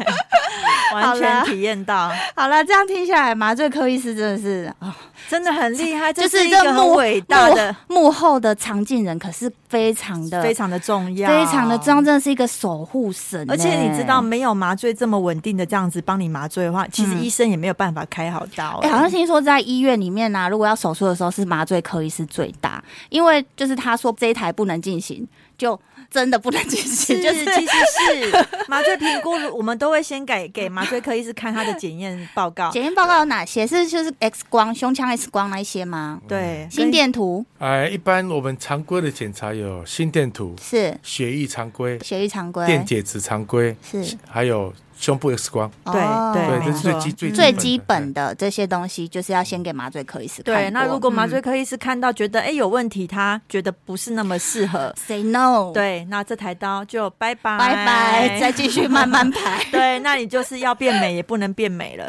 S2: 好
S3: 完
S2: 啦
S3: 全体验到，
S2: 好了，这样听下来，麻醉科医师真的是，哦、
S3: 真的很厉害，
S2: 就
S3: 啊这
S2: 是
S3: 一个
S2: 幕
S3: 很伟大的，
S2: 幕幕后的常进人，可是非常的
S3: 非常的重要，
S2: 非常的重要，真的是一个守护神欸呢。
S3: 而且你知道，没有麻醉这么稳定的这样子帮你麻醉的话，其实
S2: 嗯
S3: 医生也没有办法开好刀
S2: 哎、
S3: 欸。
S2: 好像听说在医院里面呢、啊如果要手术的时候是麻醉科医师最大，因为就是他说这一台不能进行，就真的不能进行，
S3: 是，
S2: 就是
S3: 其实是麻醉评估，我们都会先给给麻醉科医师看他的检验报告，
S2: 检验报告有哪些？是就是 X 光、胸腔 X 光那一些
S5: 哦
S2: 吗？
S3: 对，
S2: 心电图
S5: 哎，一般我们常规的检查有心电图、
S2: 是
S5: 血液常规、
S2: 血液常规，
S5: 电解质常规，
S2: 是
S5: 还有胸部 X 光。
S3: 对
S2: 哦
S3: 对
S5: 对，
S3: 没
S5: 这是最
S3: 错
S5: 基最
S2: 最
S5: 的
S2: 基本的这些东西，就是要先给麻醉科医师看过。
S3: 对，那如果麻醉
S2: 嗯
S3: 科医师看到觉得哎、诶有问题，他觉得不是那么适合，
S2: say no， no，，
S3: 对，那这台刀就拜拜。
S2: 嗯拜拜，再继续慢慢排
S3: [laughs] 对，那你就是要变美也不能变
S2: [laughs]
S3: 美了。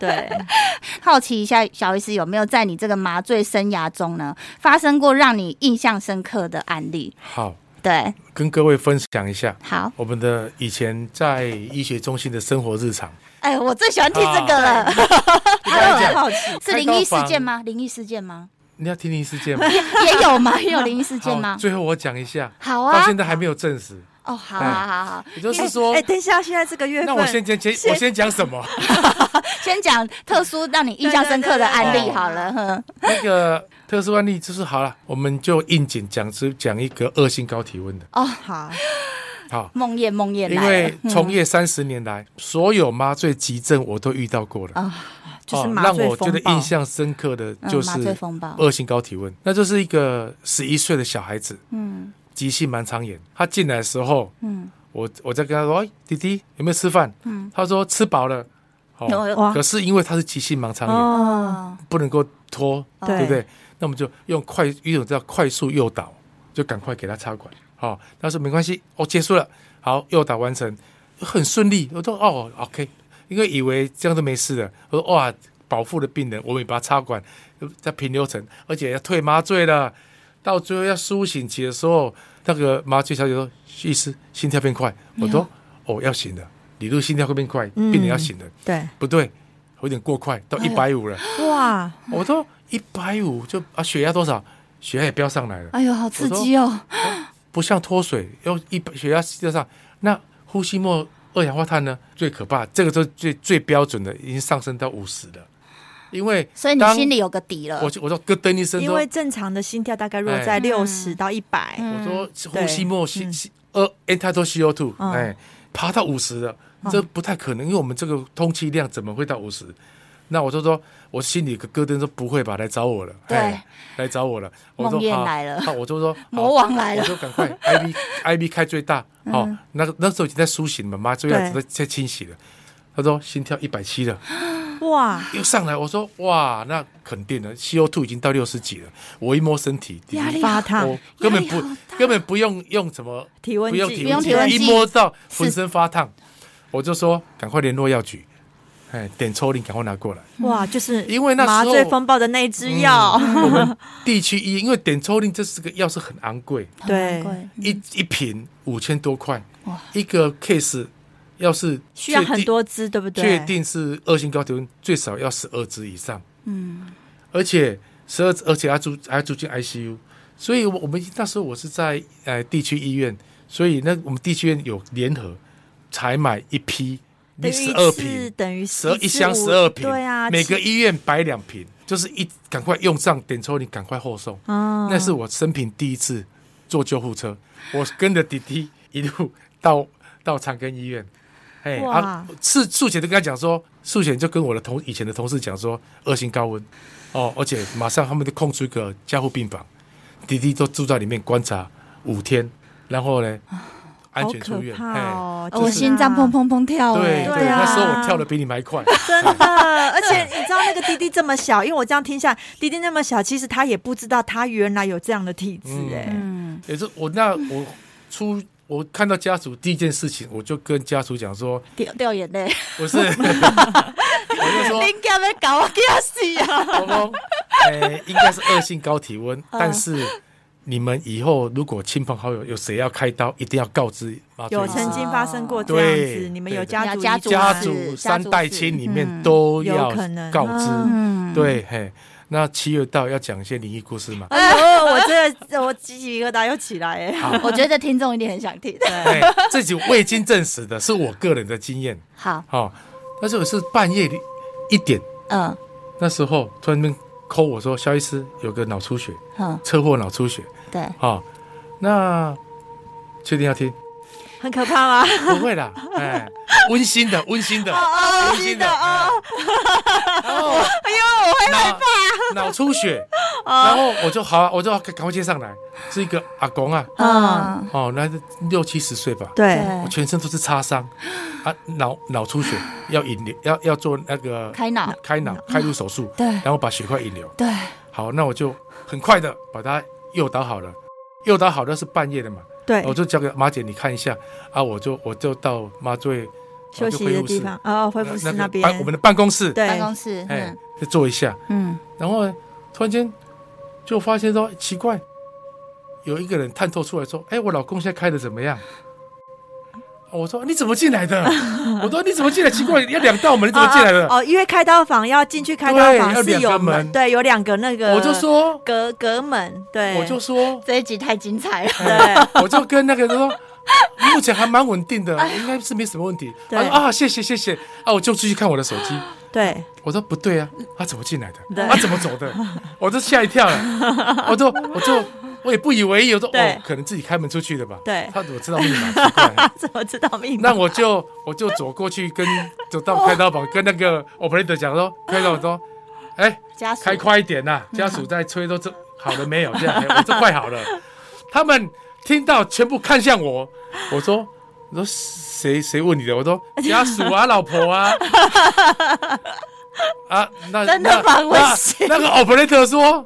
S3: 对，
S2: 好奇一下，小医师有没有在你这个麻醉生涯中呢，发生过让你印象深刻的案例？
S5: 好，
S2: 对，
S5: 跟各位分享一下
S2: 好，
S5: 我们的以前在医学中心的生活日常。
S2: 哎，我最喜欢听这个了，
S5: 啊
S2: [laughs]
S3: 很好奇，
S2: 是灵异事件吗？灵异事件吗？ [laughs]
S5: 你要听灵异事件吗？
S2: 也有吗？也有灵异事件
S5: 好，
S2: 吗？
S5: 最后我讲一下，
S2: 好
S5: 到
S2: 啊，
S5: 现在还没有证实，
S2: 哦，好好好好，
S5: 也就是
S2: [laughs]
S5: 说
S3: 哎，，等一下，现在这个月
S5: 那我
S3: 份，
S5: 先讲先我先讲什么？
S2: [laughs] 先讲特殊让你印象深刻的案
S5: 对对
S2: 例
S5: 对
S2: 好了，哼，
S5: 那个特殊案例就是好了，我们就应景讲只讲一个恶性高体温的。
S3: 好，
S5: 好，
S2: 梦魇梦魇
S5: 因
S2: 来了嗯
S5: 为，从业三十年来，所有麻醉急症我都遇到过
S2: 哦
S5: 了。哦
S3: 就是麻
S5: 让
S3: 醉
S5: 我觉得
S3: 风暴
S5: 印象深刻的
S2: 嗯
S5: 就
S2: 麻醉
S5: 是
S2: 风暴，
S5: 恶性高体温，那就是一个十一岁的小孩子，
S2: 嗯
S5: 急性盲肠炎。他进来的时候，
S2: 嗯，
S5: 我我在跟他说：“哎，弟弟有没有吃饭？”
S2: 嗯
S5: 他说：“吃饱了。”
S2: [laughs]
S5: 哦，
S2: 有
S3: 哇
S5: 可是因为他是急性盲肠炎，
S3: 哦，
S2: 哦，
S5: 不能够拖，
S3: 对
S5: 对不对？那我们就用快一种叫快速诱导，就赶快给他插管。好、他说没关系，哦，结束了，好，诱导完成，很顺利。我说哦，OK，因为以为这样都没事了。我说哇，保护了病人，我们也把他插管，呃在平流层，而且要退麻醉了。到最后要苏醒期的时候，那个麻醉小姐说：“医师，心跳变快。”我说：“哦，要醒了，李路心跳会变快，
S3: 嗯
S5: 病人要醒了。
S3: 对，
S5: 不对，有点过快，到一百五了。
S3: 哇，
S5: 我都一百五就啊，血压多少？血压也飙上来了，
S2: 哎呦，好刺激哦，
S5: 不像脱水，要一百血压掉上。那呼吸末二氧化碳呢？最可怕，这个都最最标准的，已经上升到五十了。因为
S2: 所以你
S5: 当
S2: 心里有个底了
S5: 我，就我说咯噔一声
S3: 因
S5: 说，
S3: 为正常的心跳大概落
S5: 哎
S3: 在
S2: 嗯
S3: 六十到一百、
S2: 嗯
S5: 我说呼吸末吸吸二 entitle CO two，
S3: 嗯
S5: 哎，爬到五十了，
S2: 嗯
S5: 这不太可能，因为我们这个通气量怎么会到五十？那我就说，我心里有个咯噔说不会吧，来找我了，
S2: 对
S5: 哎，来找我了。我
S2: 梦
S5: 说
S2: 魇
S5: 好，
S2: 来了
S5: 好我
S2: [laughs]
S5: 就说
S2: [laughs] 魔王来了嗯
S5: 好我就赶快
S2: [laughs]
S5: IB IB 开最大，哦，那个那时候已经在苏醒了，麻醉药在在清洗了。他说心跳一百七了，
S3: 哇，
S5: 又上来，我说哇，那肯定的，CO two 已经到六十几了。我一摸身体，
S2: 啊压力
S3: 发
S2: 好
S3: 烫
S5: 我哦根本
S2: 压
S5: 不
S2: 力好大
S5: 根本不用用什么
S3: 体温
S5: 不用
S3: 计
S5: 体
S2: 不用
S5: 温
S2: 体温计
S5: 一摸到浑身发烫，我就说赶快联络药局，哎，点抽令赶快拿过来。
S3: 哇，就是
S5: 因为那时
S3: 麻
S5: 候嗯
S3: 醉风暴的那一支药，
S5: 我们地区医，因为点抽令这是个药是很昂贵，
S3: 对
S2: 很贵
S5: 一一瓶五千多块
S2: 嗯哇，
S5: 一个 case 要是
S3: 需要
S5: 确定
S3: 很多支，对不对？
S5: 确定是恶性高体温，最少要十二支以上，
S2: 嗯，
S5: 而且十二，而且还住还住进 ICU，所以我我们那时候我是在呃地区医院，所以那我们地区医院有联合采买一批
S3: 等于
S5: 十
S3: 一
S5: 二
S3: 次
S5: 瓶，
S3: 等于
S5: 十
S3: 次
S5: 一箱
S3: 五
S5: 十二瓶，
S3: 对啊，
S5: 每个
S3: 七
S5: 医院摆两瓶，就是一赶快用上点抽，你赶快后送。
S3: 啊，
S5: 那是我生平第一次坐救护车，我跟着弟弟一路到到长庚医院。哎，
S3: 哇
S5: 啊，是素贤就跟他讲说，素贤就跟我的同以前的同事讲说，恶性高温，哦，而且马上他们就空出一个加护病房，弟弟都住在里面观察五天，然后呢，安
S3: 啊好
S5: 全出
S3: 可
S5: 院。哎
S3: 怕哦，
S2: 我心脏砰
S3: 砰。
S2: 砰砰跳，哎
S5: 对
S3: 对啊
S5: 那时候我跳的比你们还快，
S3: [laughs] 真的，呃而且你知道那个弟弟这么小，因为我这样听下来，弟弟那么小，其实他也不知道他原来有这样的体质
S5: 嗯
S3: 哎、
S2: 嗯，
S5: 也是我那我出我看到家属第一件事情，我就跟家属讲说，
S2: 掉掉眼泪，
S5: 不是，我 [laughs] 就
S2: [laughs]
S5: 说
S2: 你干嘛搞我给他死啊？
S5: [laughs] 老公，呃，应该是恶性高体温，
S3: 嗯
S5: 但是你们以后如果亲朋好友有谁要开刀，一定要告知麻醉
S3: 有
S5: 医
S3: 曾
S5: 师
S3: 经发生过这样
S5: 对
S3: 子，你们
S5: 对
S3: 有
S5: 对
S3: 家族
S2: 家
S3: 遗
S2: 族
S3: 传
S5: 家
S2: 族
S5: 族
S2: 是
S5: 三代亲里面都要
S3: 嗯有可能
S5: 告知。
S2: 嗯，
S5: 对，嘿，那七月到要讲一些灵异故事嘛？
S3: 哎呦，我真的我鸡皮疙瘩又起来哎、
S5: 好，
S2: 我觉得听众一定很想听。
S3: 嗯
S5: 哎，这己未经证实的，是我个人的经验。
S2: 好，
S5: 好，但是我是半夜一点，
S2: 嗯
S5: 那时候突然间 call 我说，肖医师有个脑出血，
S2: 嗯，
S5: 车祸脑出血。
S2: 对，
S5: 好，那确定要听？
S3: 很可怕吗？
S5: 不会 [laughs] 啦，哎，温馨的，温馨的，温馨的哦。然后，哎呦，我会害怕。哦脑出血，然后我就好啊，我就赶快接上来，是一个阿公啊，
S2: 嗯，
S5: 哦，那六七十岁吧，
S3: 对
S5: 我全身都是擦伤，啊，脑脑出血要引流，要要做那个
S2: 开脑，
S5: 开脑嗯开颅手术，
S2: 对
S5: 然后把血块引流。
S2: 对，
S5: 好，那我就很快的把它诱导好了，诱导好那是半夜的嘛，
S3: 对，
S5: 我就交给马姐你看一下啊，我就我就到麻醉
S3: 休息的地方，哦，恢复
S5: 恢
S3: 室
S5: 啊复室
S3: 那
S5: 个
S3: 边，
S5: 办我们的办公室，
S3: 对
S2: 办公室，
S5: 哎
S2: 嗯，
S5: 就坐一下，
S2: 嗯，
S5: 然后呢，突然间就发现说奇怪，有一个人探头出来说：“哎，我老公现在开的怎么样？”啊我说：“你怎么进来的？” [laughs] 我说：“你怎么进来？奇怪，要两道门，你怎么进来的
S3: 哦哦？”哦，因为开刀房要进去开刀
S5: 对
S3: 房
S5: 要
S3: 是
S5: 两个
S3: 有
S5: 门
S3: 对，有两个那个，
S5: 我就说，
S3: 隔隔门，哦对，
S5: 我就说，
S2: 这一集太精彩了， [laughs]
S5: [laughs]
S3: 对，
S5: 我就跟那个人说。嗯目前还蛮稳定的，应该是没什么问题。
S3: 对
S5: 他说啊，谢谢谢谢啊，我就继续看我的手机。
S3: 对，
S5: 我说不对啊，他怎么进来的？
S3: 对
S5: 他怎么走的？
S3: [laughs]
S5: 我都吓一跳了，我就我就我也不以为意，我说
S3: 对
S5: 哦，可能自己开门出去的吧。
S3: 对
S5: 他怎么知道密码？奇
S3: [laughs]
S5: 怪
S3: 怎么知道密码？
S5: 那我就我就走过去跟走到开刀
S3: 哦
S5: 房，跟那个 operator 讲说，开刀房说，哎，
S2: 家属
S5: 开快一点呐，
S3: 嗯
S5: 家属在催，都这好了没有？这样，哎我这快好了。他们听到全部看向我，我说。我说谁谁问你的？我说家属啊，老
S2: [laughs]
S5: 婆啊，啊，那
S2: 真的
S5: 那
S2: 蛮危
S5: 那
S2: 险
S5: 那个 operator 说，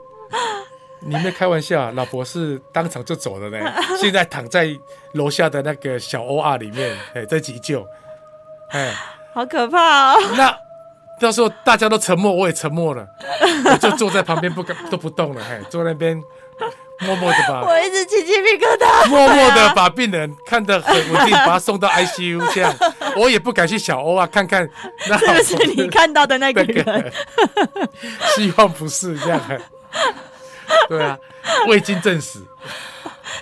S5: 你没开玩笑啊，老婆是当场就走了呢，现在躺在楼下的那个小 OR 里面，哎，在急救，哎，
S3: 好可怕哦！
S5: 那到时候大家都沉默，我也沉默了，我就坐在旁边不敢都不动了，嘿，坐那边默默的把
S3: 我一直起鸡皮疙
S5: [laughs]
S3: 瘩。 [laughs]
S5: 默默的把病人看得很稳
S3: 啊
S5: 定，把他送到 ICU
S3: [laughs]
S5: 这样，我也不敢去小欧啊看看那
S3: 是不是你看到的那个
S5: 那个
S3: 人？
S5: 希望不是这样，对啊，未经证实，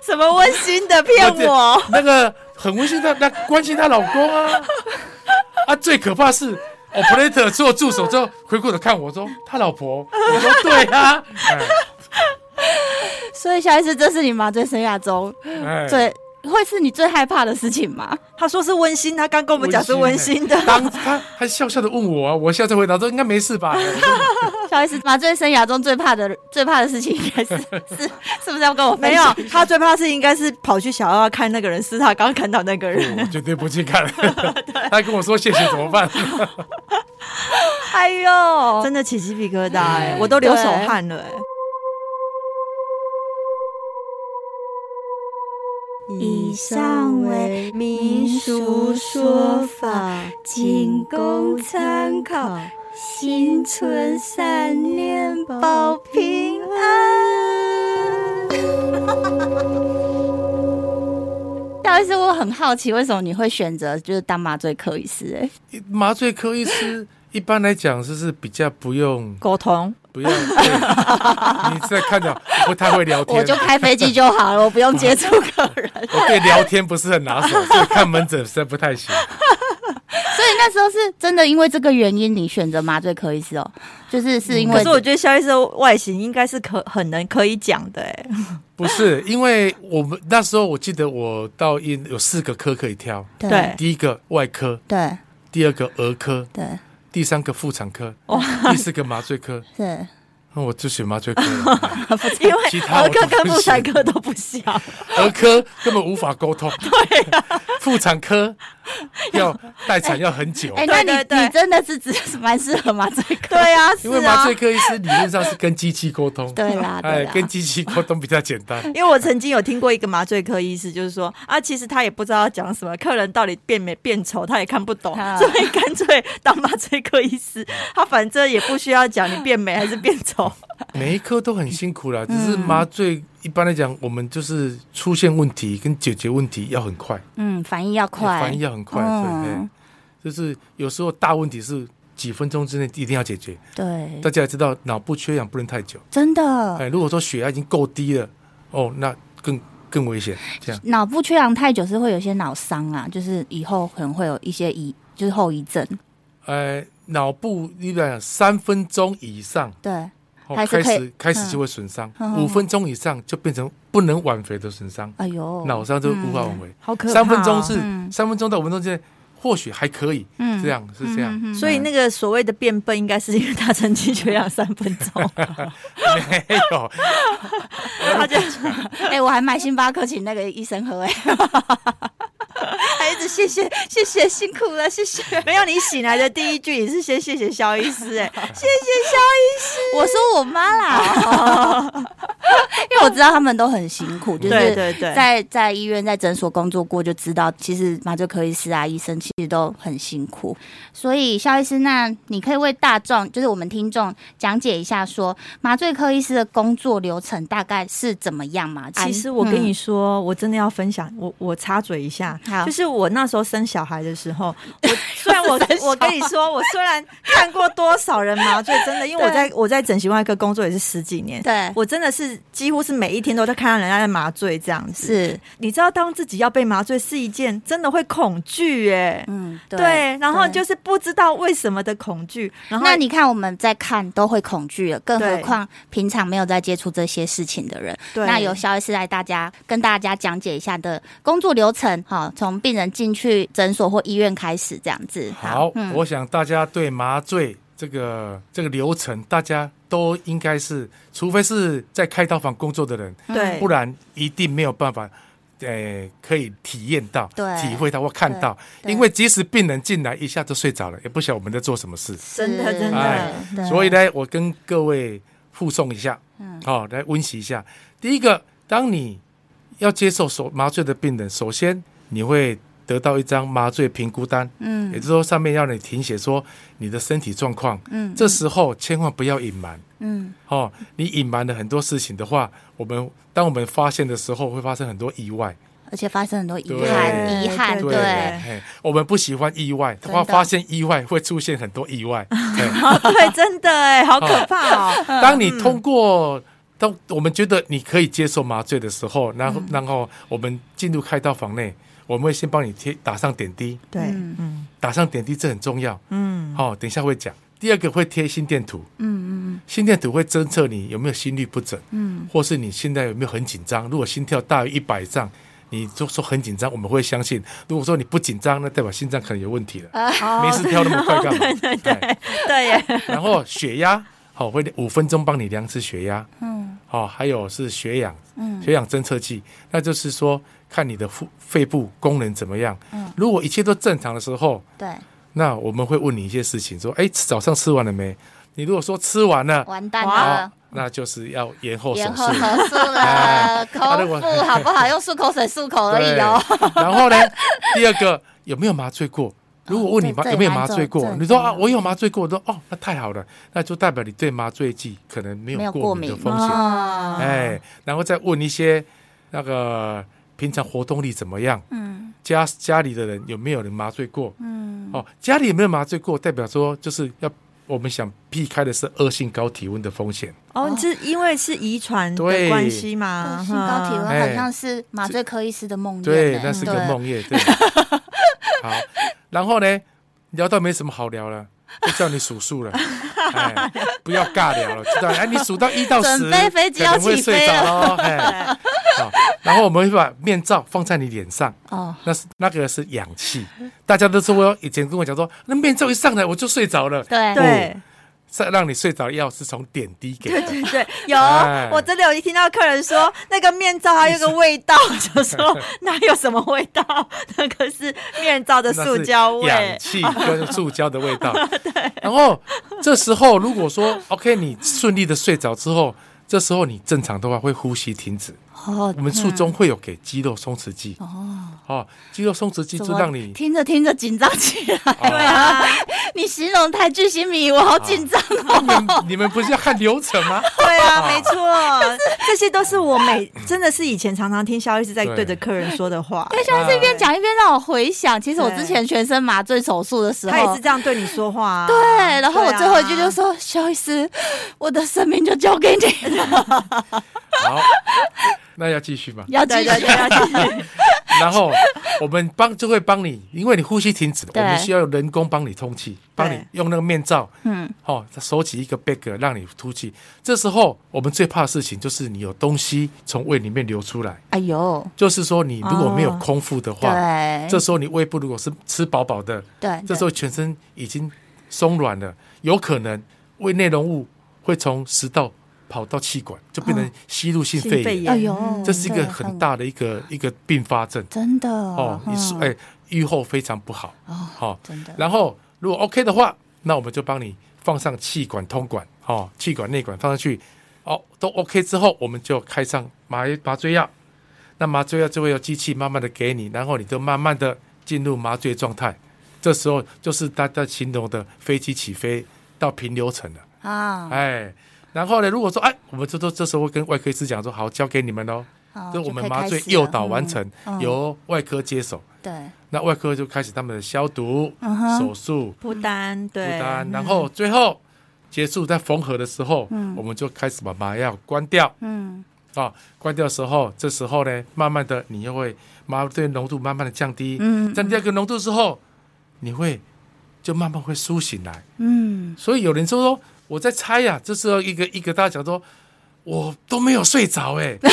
S3: 什么温馨的骗我？
S5: 那个很温馨的，那关心她老公啊，啊，最可怕是 operator 做助手之后回过头看我说他老婆，我说对啊，
S2: 所以下一次这是你麻醉生涯中
S5: 哎哎
S2: 最会是你最害怕的事情吗？ [laughs]
S3: 他说是温馨，他刚跟我们讲是温馨的。
S5: 欸当他还笑笑的问我啊，我笑着回答说应该没事吧，我说
S2: 小 S 麻醉生涯中最怕的最怕的事情应该是是是不是要跟我分
S3: 没有
S2: 享？，
S3: 他最怕是应该是跑去想要看那个人，是他刚看到那个
S5: 不我
S3: 人。
S5: 绝对不去看。他跟我说谢谢怎么办？
S2: 哎呦，
S3: 真的起鸡皮疙瘩哎、我都流手
S2: 对
S3: 汗了哎、
S1: 以上为民俗说法，
S2: 仅供参考，心存善念，保平
S1: [laughs]
S2: 安。小 S，我很好奇，为什么你会选择就是当麻醉科医师、哎，
S5: [laughs] 麻醉科医师一般来讲就是比较不用
S3: 沟通，
S5: 不用，对你在看着我不太会聊
S3: 啊
S5: 天，
S2: 我就开飞机就好了，我不用接触客人。
S5: 我对聊天不是很拿手，所以看门诊实在不太行。
S2: [laughs] 所以那时候是真的因为这个原因，你选择麻醉科医师哦，就是是因
S3: 嗯可
S2: 为
S3: 是我觉得肖医师的外形应该是可很能可以讲的哎、
S5: 不是因为我们那时候，我记得我到医有四个科可以挑，
S3: 对
S5: 第一个外科，
S2: 对
S5: 第二个儿科，
S2: 对
S5: 第三个妇产科，第四个麻醉科。
S2: 是，
S5: 那我就选麻醉科了，
S3: 因为
S5: 其他
S3: 儿
S5: 我就
S3: 科跟
S5: 不
S3: 妇产
S5: 行
S3: 科都不像，
S5: [laughs] 儿科根本无法
S2: [laughs]
S5: 沟通。对
S2: 啊
S5: 妇产科要待产要很久，
S2: 哎、
S3: 对
S2: 那你
S3: 对对
S2: 你真的是只 [laughs] 蛮适合麻醉科，
S3: 对啊，是
S5: 因为麻
S3: 啊
S5: 醉。科医师理论上是跟机器沟通，
S2: 对啦对
S5: 哎，
S2: 啦，
S5: 跟机器沟通比较简单。
S2: [laughs]
S3: [laughs] 因为我曾经有听过一个麻醉科医师，就是说啊，其实他也不知道要讲什么，客人到底变没变丑，他也看不懂
S2: 啊，
S3: 所以干脆当麻醉科医师，他反正也不需要讲你变美还是变丑，
S5: 每一科都很辛苦啦，只
S2: 嗯
S5: 是麻醉一般来讲，我们就是出现问题跟解决问题要很快，
S2: 嗯，反应要快，
S5: 反应要很快，对，哎
S2: 嗯，
S5: 就是有时候大问题是几分钟之内一定要解决。
S2: 对，哦
S5: 大家也知道，脑部缺氧不能太久，
S2: 真的。
S5: 哎，如果说血压已经够低了，哦，那更更危险，这样。
S2: 脑部缺氧太久是会有一些脑伤啊，就是以后可能会有一些遗，就是后遗症。
S5: 呃，脑部一般来讲三分钟以上，
S2: 对，
S5: 哦、
S2: 还是
S5: 开
S2: 可以
S5: 始开始就会损伤，五、
S2: 嗯
S5: 分钟以上就变成不能挽回的损伤，
S2: 哎呦，
S5: 脑伤就无法挽回。
S3: 好可怕、
S5: 三、分钟是
S2: 哦嗯
S5: 三、分钟到五分钟之间，或许还可以，
S2: 嗯
S5: 这样是这样。
S2: 嗯嗯嗯
S3: 所以那个所谓的变笨，应该是因为他曾经缺氧三分钟，
S2: 嗯
S5: 没
S2: [laughs]
S5: 有，
S3: 他就
S2: 哎、我还买星巴克请那个医生喝、哎，还还一直谢谢谢谢辛苦了，谢谢。
S3: 没有，你醒来的第一句也是先谢谢肖医师、哎，
S2: 谢谢肖医师。我说我妈啦， [laughs] 因为我知道他们都很辛苦，就是
S3: 对对对
S2: 在在医院、在诊所工作过，就知道其实麻醉科医师啊、医生其实都很辛苦。所以肖医师，那你可以为大众，就是我们听众讲解一下说，麻醉科医师的工作流程大概是怎么样嘛？
S3: 其实我跟你
S2: 说，
S3: 说，我真的要分享，我我插嘴一下
S2: 嗯好，
S3: 就是我那时候生小孩的时候，
S2: [laughs]
S3: 我虽然我我跟你说，我虽然看过多少人麻醉，真的，因为我在我在整形外科工作也是十几年，
S2: 对
S3: 我真的是几乎是每一天都在看到人家在麻醉这样子。
S2: 是，
S3: 你知道，当自己要被麻醉是一件真的会恐惧哎、
S2: 嗯，
S3: 对，然后
S2: 对
S3: 就是不知道为什么的恐惧，然后
S2: 那你看，我们在看都会恐惧了，更何
S3: 对
S2: 况平常没有在接触这些事情的人。
S3: 对
S2: 那由肖医师来大家跟大家讲解一下的工作流程，哈，从病人进去诊所或医院开始，这样子。
S5: 好，
S2: 嗯
S5: 我想大家对麻醉这个这个流程，大家都应该是，除非是在开刀房工作的人，
S2: 嗯
S3: 对
S5: 不然一定没有办法，呃，可以体验到、
S2: 对
S5: 体会到或看到。
S2: 对对
S5: 因为即使病人进来一下就睡着了，也不晓得我们在做什么事。
S3: 真的
S2: 是
S3: 真
S5: 哎
S3: 的，
S2: 对
S5: 所以呢，我跟各位附送一下，嗯，好、来温习一下。第一个，当你要接受手麻醉的病人，首先你会得到一张麻醉评估单，嗯，也就是说上面要你填写说你的身体状况，嗯，这时候千万不要隐瞒，
S2: 嗯，
S5: 哦，你隐瞒了很多事情的话，我们当我们发现的时候，会发生很多意外，
S2: 而且发生很多遗
S5: 对
S2: 憾，遗憾，
S3: 对
S2: 哎对，
S5: 嘿我们不喜欢意外，的
S2: 真
S5: 话
S2: 的
S5: 发现意外会出现很多意外，对。
S3: 哦对，真的哎、好可怕
S2: [laughs]
S3: 哦。
S5: 当你通过，当我们觉得你可以接受麻醉的时候，然后、然后我们进入开刀房内，我们会先帮你贴打上点滴，
S3: 对，
S2: 嗯
S3: 嗯
S5: 打上点滴这很重要。
S3: 嗯，
S5: 好、等一下会讲。第二个会贴心电图，
S2: 嗯嗯
S5: 心电图会侦测你有没有心律不整，
S2: 嗯，
S5: 或是你现在有没有很紧张。如果心跳大于一百以上，你就说很紧张，我们会相信；如果说你不紧张，那代表心脏可能有问题了。没事跳那么快干嘛？哎对对对。
S3: 哦对耶，
S5: 然后血压，好、会五分钟帮你量次血压，嗯，好、还有是血氧，嗯，血氧侦测器，那就是说看你的腹肺部功能怎么样，嗯，如果一切都正常的时候，
S2: 对，
S5: 那我们会问你一些事情，说，哎，吃早上吃完了没？你如果说吃完了，
S2: 完蛋
S5: 好
S2: 了。
S5: 那就是要延后手
S2: 延后
S5: 术。
S2: [laughs] 合术了，
S5: [laughs] 哎
S2: 口
S5: 他如果 [laughs]
S2: 腹好不好？用漱口水漱口而已哦。
S5: 然后呢，第二个有没有麻醉过？如果问你
S2: 这
S5: 麻
S2: 哦这
S5: 有没有
S2: 也
S5: 麻
S2: 蛮
S5: 醉
S2: 重这
S5: 过，
S2: 很
S5: 你说
S2: 重
S5: 啊，
S2: 要
S5: 我有麻醉过，我说哦，那太好了，那就代表你对麻醉剂可能没
S2: 没有
S5: 有
S2: 过
S5: 过敏的
S2: 敏
S5: 风险。
S2: 哦
S5: 哎，然后再问一些那个平常活动力怎么样，
S2: 嗯
S5: 家家里的人有没有人麻醉过？
S2: 嗯，
S5: 哦，家里有没有麻醉过，代表说就是要我们想避开的是恶性高体温的风险。
S2: 嗯
S3: 哦，你是因为是遗传的
S5: 对
S3: 关系吗？
S2: 性高体温
S3: 啊哈
S2: 好像是麻醉科医师的梦魇欸、
S5: 对，那是个
S2: 对
S5: 梦魇。
S2: [laughs]
S5: 对，好，然后呢，聊到没什么好聊了，就叫你数数了，哎，不要尬聊了，知道？哎，你数到一到十，
S2: 准备飞机要
S5: 可能会
S2: 起飞
S5: 睡着哦，
S2: [laughs]
S5: 哎，好，然后我们会把面罩放在你脸上，
S2: 哦，
S5: 那是那个是氧气，大家都说以前跟我讲说，那面罩一上来我就睡着了，
S2: 对
S3: 对
S5: 再让你睡着的药是从点滴给的。
S3: 对对，有
S5: 哦哎，
S3: 我真的有一听到客人说那个面罩啊还有一个味道，就说那有什么味道？那个是面罩的
S5: 那
S3: 塑
S5: 是
S3: 胶味
S5: 氧。气 [laughs] 跟塑胶的
S2: [laughs]
S5: 味道。然后这时候如果说 OK，你顺利的睡着之后，这时候你正常的话会呼吸停止。
S2: 哦
S5: 我们术中会有给肌肉松弛剂哦，哦，肌肉松弛剂
S2: 怎
S5: 就
S2: 么
S5: 让你哦
S2: 听着听着紧张起
S5: [laughs]
S2: 来。
S5: 对
S3: 对啊，
S2: 你形容太巨星迷，我好紧 [laughs] 张哦。
S5: [laughs] 你们你们不是要看流程吗？
S3: 对啊，没错，这些都是我每真的是以前常常听肖医师在对着客人说的话，
S2: 因为肖医师一边讲一边让我回想，其实我之前全身麻醉手术的时候，
S3: 他也是这样对你说话啊。
S2: 对。然后我
S3: 对啊
S2: 最后一句就说：“肖医师，我的生命就交给你 [laughs] 了，
S5: 好，那要继续吗？
S2: 要继
S3: 对对
S2: 续。
S3: 对，要继续
S5: [laughs] 然后我们帮就会帮你，因为你呼吸停止，我
S2: 对
S5: 们需要有人工帮你通气，帮你用那个面罩，
S2: 嗯，
S5: 哦，手起一个 bag 让你吐气。这时候我们最怕的事情就是你有东西从胃里面流出来，
S2: [laughs] 哎呦，
S5: 就是说你如果没有空腹的话，
S2: 哦对，
S5: 这时候你胃部如果是吃饱饱的，
S2: 对，
S5: 这时候全身已经松软了，有可能胃内容物会从食道跑到气管，就变成吸入性肺
S3: 肺
S5: 炎，
S2: 哎呦
S3: 嗯，
S5: 这是一个
S2: 对
S5: 很大的一个一个并发症。
S2: 真的
S5: 哦，你
S2: 嗯
S5: 说，哎，愈后非常不好。
S2: 哦，
S5: 好、
S2: 真的，
S5: 然后如果 OK 的话，那我们就帮你放上气管通管，哦，气管内管放上去，哦，都 OK 之后，我们就开上麻麻醉药。那麻醉药就会有机器慢慢的给你，然后你就慢慢的进入麻醉状态。这时候就是大家形容的飞机起飞到平流层了，
S2: 啊，
S5: 哎，然后呢，如果说哎，我们这都这时候会跟外科医师讲说，好，交给你们喽，
S2: 好
S5: 这我
S2: 哦可
S5: 们
S2: 以
S5: 麻
S2: 开
S5: 醉
S2: 始
S5: 诱
S2: 了
S5: 导完
S2: 嗯
S5: 成，
S2: 嗯
S5: 由外科接手。
S2: 对，
S5: 那外科就开始他们的消毒、
S2: 嗯哼
S5: 手术、
S3: 不单
S5: 负
S3: 对，
S5: 担，然后最后结束在缝合的时候，我们就开始把麻药关掉
S2: 嗯
S5: 啊。关掉的时候，这时候呢，慢慢的你又会麻醉浓度慢慢的降低，
S2: 嗯
S5: 降低到一个浓度之后，你会就慢慢会苏醒来。
S2: 嗯，
S5: 所以有人说说我在猜呀、这时候一个一个大家讲说，我都没有睡着哎、
S3: 对，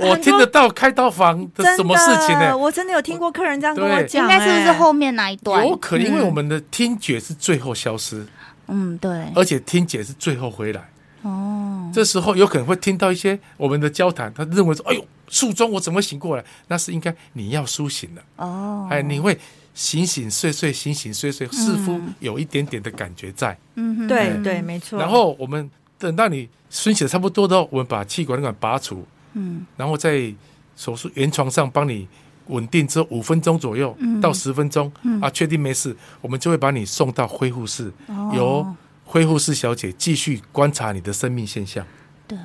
S5: 我
S3: 很
S5: 听
S3: 多
S5: 得到开刀房的
S3: 真
S5: 什么事情欸呢、
S3: 我真的有听过客人这样跟我
S5: 对
S3: 讲、
S2: 应该是不是
S3: 哎
S2: 后面那一段？
S5: 有可能，因为
S2: 嗯
S5: 我们的听觉是最后消失，
S2: 嗯，对，
S5: 而且听觉是最后回来。
S2: 哦，
S5: 这时候有可能会听到一些我们的交谈，他认为说：“哎呦，术中我怎么会醒过来？”那是应该你要苏醒了，
S2: 哦，
S5: 哎，你会醒醒睡睡，醒醒睡睡，似乎有一点点的感觉在。
S2: 嗯哼，
S3: 对
S5: 嗯
S3: 对，没错。
S5: 然后我们等到你苏醒的差不多的，我们把气管管拔除，
S2: 嗯
S5: 然后在手术圆床上帮你稳定之后五分钟左右
S2: 嗯
S5: 到十分钟啊，确定没事，我们就会把你送到恢复室，
S2: 哦
S5: 由恢复室小姐继续观察你的生命现象。
S2: 对。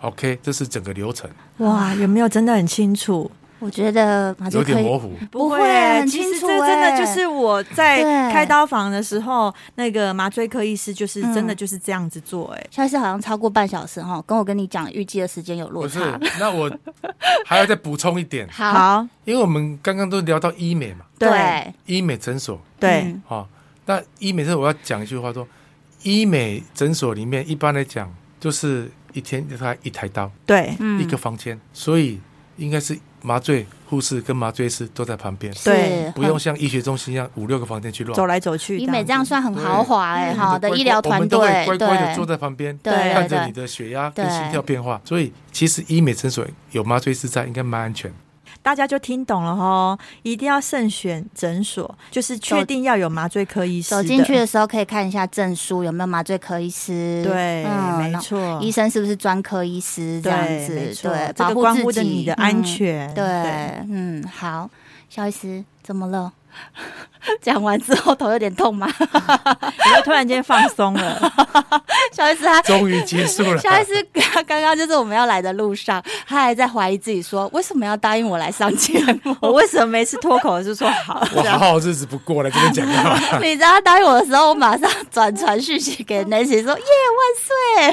S5: OK，这是整个流程，
S3: 哇，有没有真的很清楚？
S2: 我觉得马
S5: 有
S2: 上啊可
S5: 点
S2: 以
S5: 模糊。
S2: 不会很
S3: 其
S2: 清
S3: 实
S2: 楚
S3: 这真
S2: 哎
S3: 的就是我在
S2: 对
S3: 开刀房的时候，那个麻醉科医师就是真
S2: 嗯
S3: 的就是这样子做、哎、
S2: 下次好像超过半小时哈，跟我跟你讲预计的时间有落
S5: 不是
S2: 差。，
S5: 那我还要再补充一点，
S2: [laughs] 好，
S3: 好，
S5: 因为我们刚刚都聊到医美嘛，
S3: 对
S2: 对嗯
S5: 医美诊所
S3: 对，
S5: 啊、哦，那医美诊所我要讲一句话说，医美诊所里面一般来讲就是一天大概一台刀、
S3: 对，
S2: 嗯
S5: 一个房间，所以应该是麻醉护士跟麻醉师都在旁边，
S3: 对
S2: 是
S5: 不用像医学中心一样五六个房间去乱
S3: 走。来走去，
S2: 医美这样
S3: 子
S2: 算很豪华哎，
S5: 对
S2: 哈
S5: 你就
S2: 的
S5: 乖
S2: 医疗
S5: 乖我
S2: 团
S5: 们都
S2: 队
S5: 会，乖乖的坐
S2: 对
S5: 在旁边，
S2: 对
S5: 看
S2: 对
S5: 着你
S2: 对，
S5: 的血压跟
S2: 对
S5: 心跳变化，所以其实医美诊所有麻醉师在，应该蛮安全。
S3: 大家就听懂了哈。一定要慎选诊所，就是确定要有麻醉科医师
S2: 走
S3: 的
S2: 进去，的时候可以看一下证书有没有麻醉科医师，
S3: 对，没
S2: 嗯然后
S3: 错，
S2: 医生是不是专科医师这
S3: 对
S2: 样
S3: 没
S2: 子，
S3: 错
S2: 对，
S3: 这
S2: 保
S3: 个关乎
S2: 自
S3: 着
S2: 己
S3: 你的安
S2: 嗯
S3: 全，
S2: 对，嗯，好，肖医师怎么了？ [laughs] 讲完之后头有点痛吗？ [laughs]
S3: 你会突然间放松 [laughs] 了，
S2: 肖医师他
S5: 终于结束
S2: [laughs]
S5: 了，
S2: 肖医师刚刚刚就是我们要来的路上，他还在怀疑自己说为什么要答应我来上节目。
S3: 我为什么每次脱口而出说好？
S5: 我好好日子不过来这边讲
S2: [laughs]
S5: 干嘛？
S3: 啊
S2: 你知道他答应我的时候，我马上转传讯息给 Nancy 说：“耶，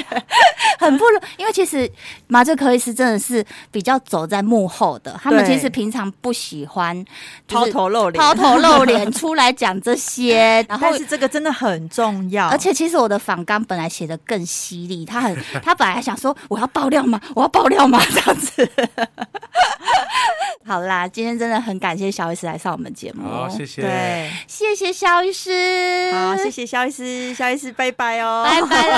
S2: 万岁！” [laughs] 很不容因为其实麻醉科医师真的是比较走在幕后的，他们
S3: 对
S2: 其实平常不喜欢就
S3: 抛
S2: 是
S3: 头露脸， [laughs]
S2: 抛头露脸出来讲这些，然后
S3: 但是这个真的很重要，
S2: 而且其实我的访纲本来写的更犀利，他很 [laughs] 他本来想说我要爆料吗？我要爆料吗？ [laughs] 这样子。好啦，今天真的很感谢肖医师来上我们节目，
S5: 好，谢谢。
S3: 对，
S2: 谢谢肖医师，
S3: 好，谢谢肖医师，肖医师拜拜哦，
S2: 拜拜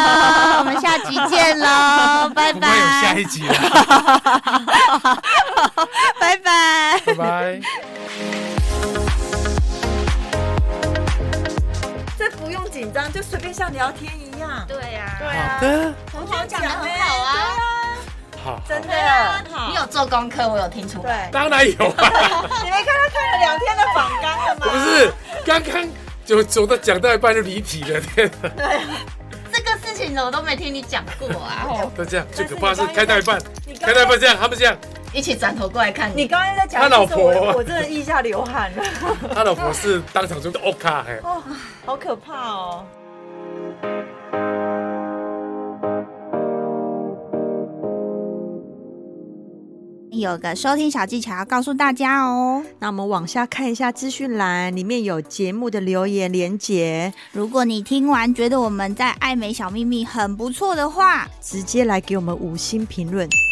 S2: [laughs] 喽，我们下集见 [laughs] 喽，拜
S5: 不会有下
S2: 拜
S5: 一，集了，
S2: [laughs] 拜拜。
S5: 拜拜。
S3: [laughs] 这不用紧张，就随便像聊天一样。欸
S2: 对啊呀、
S3: 对
S5: 好，的，
S3: 同
S2: 学讲得很好啊
S5: 好，
S3: 真的，
S2: 你有做功课，我有听出
S3: 对，
S2: 来。
S5: 当然有啊，
S3: 你没看他看了两天的访纲了吗？
S5: 不是刚刚就走到讲到一半就离题了，天哪！
S2: 这个事情我都没听你讲过啊，吼
S5: 都这样，最
S3: 但是
S5: 可怕是
S3: 你刚刚
S5: 开到一半
S3: 你，刚刚
S5: 开到一半这样，他们这样，
S2: [laughs] 一起转头过来看
S3: 你刚刚在讲
S5: 他老
S3: 的时候我
S5: 婆
S3: 我真的腋下流汗了，
S5: 他老婆是当场就 OK 哎。
S3: 哦，好可怕哦。
S2: 有个收听小技巧要告诉大家哦。
S3: [laughs] 那我们往下看一下资讯栏，里面有节目的留言连结，
S2: 如果你听完觉得我们在爱美小秘密很不错的话，
S3: 直接来给我们五星评论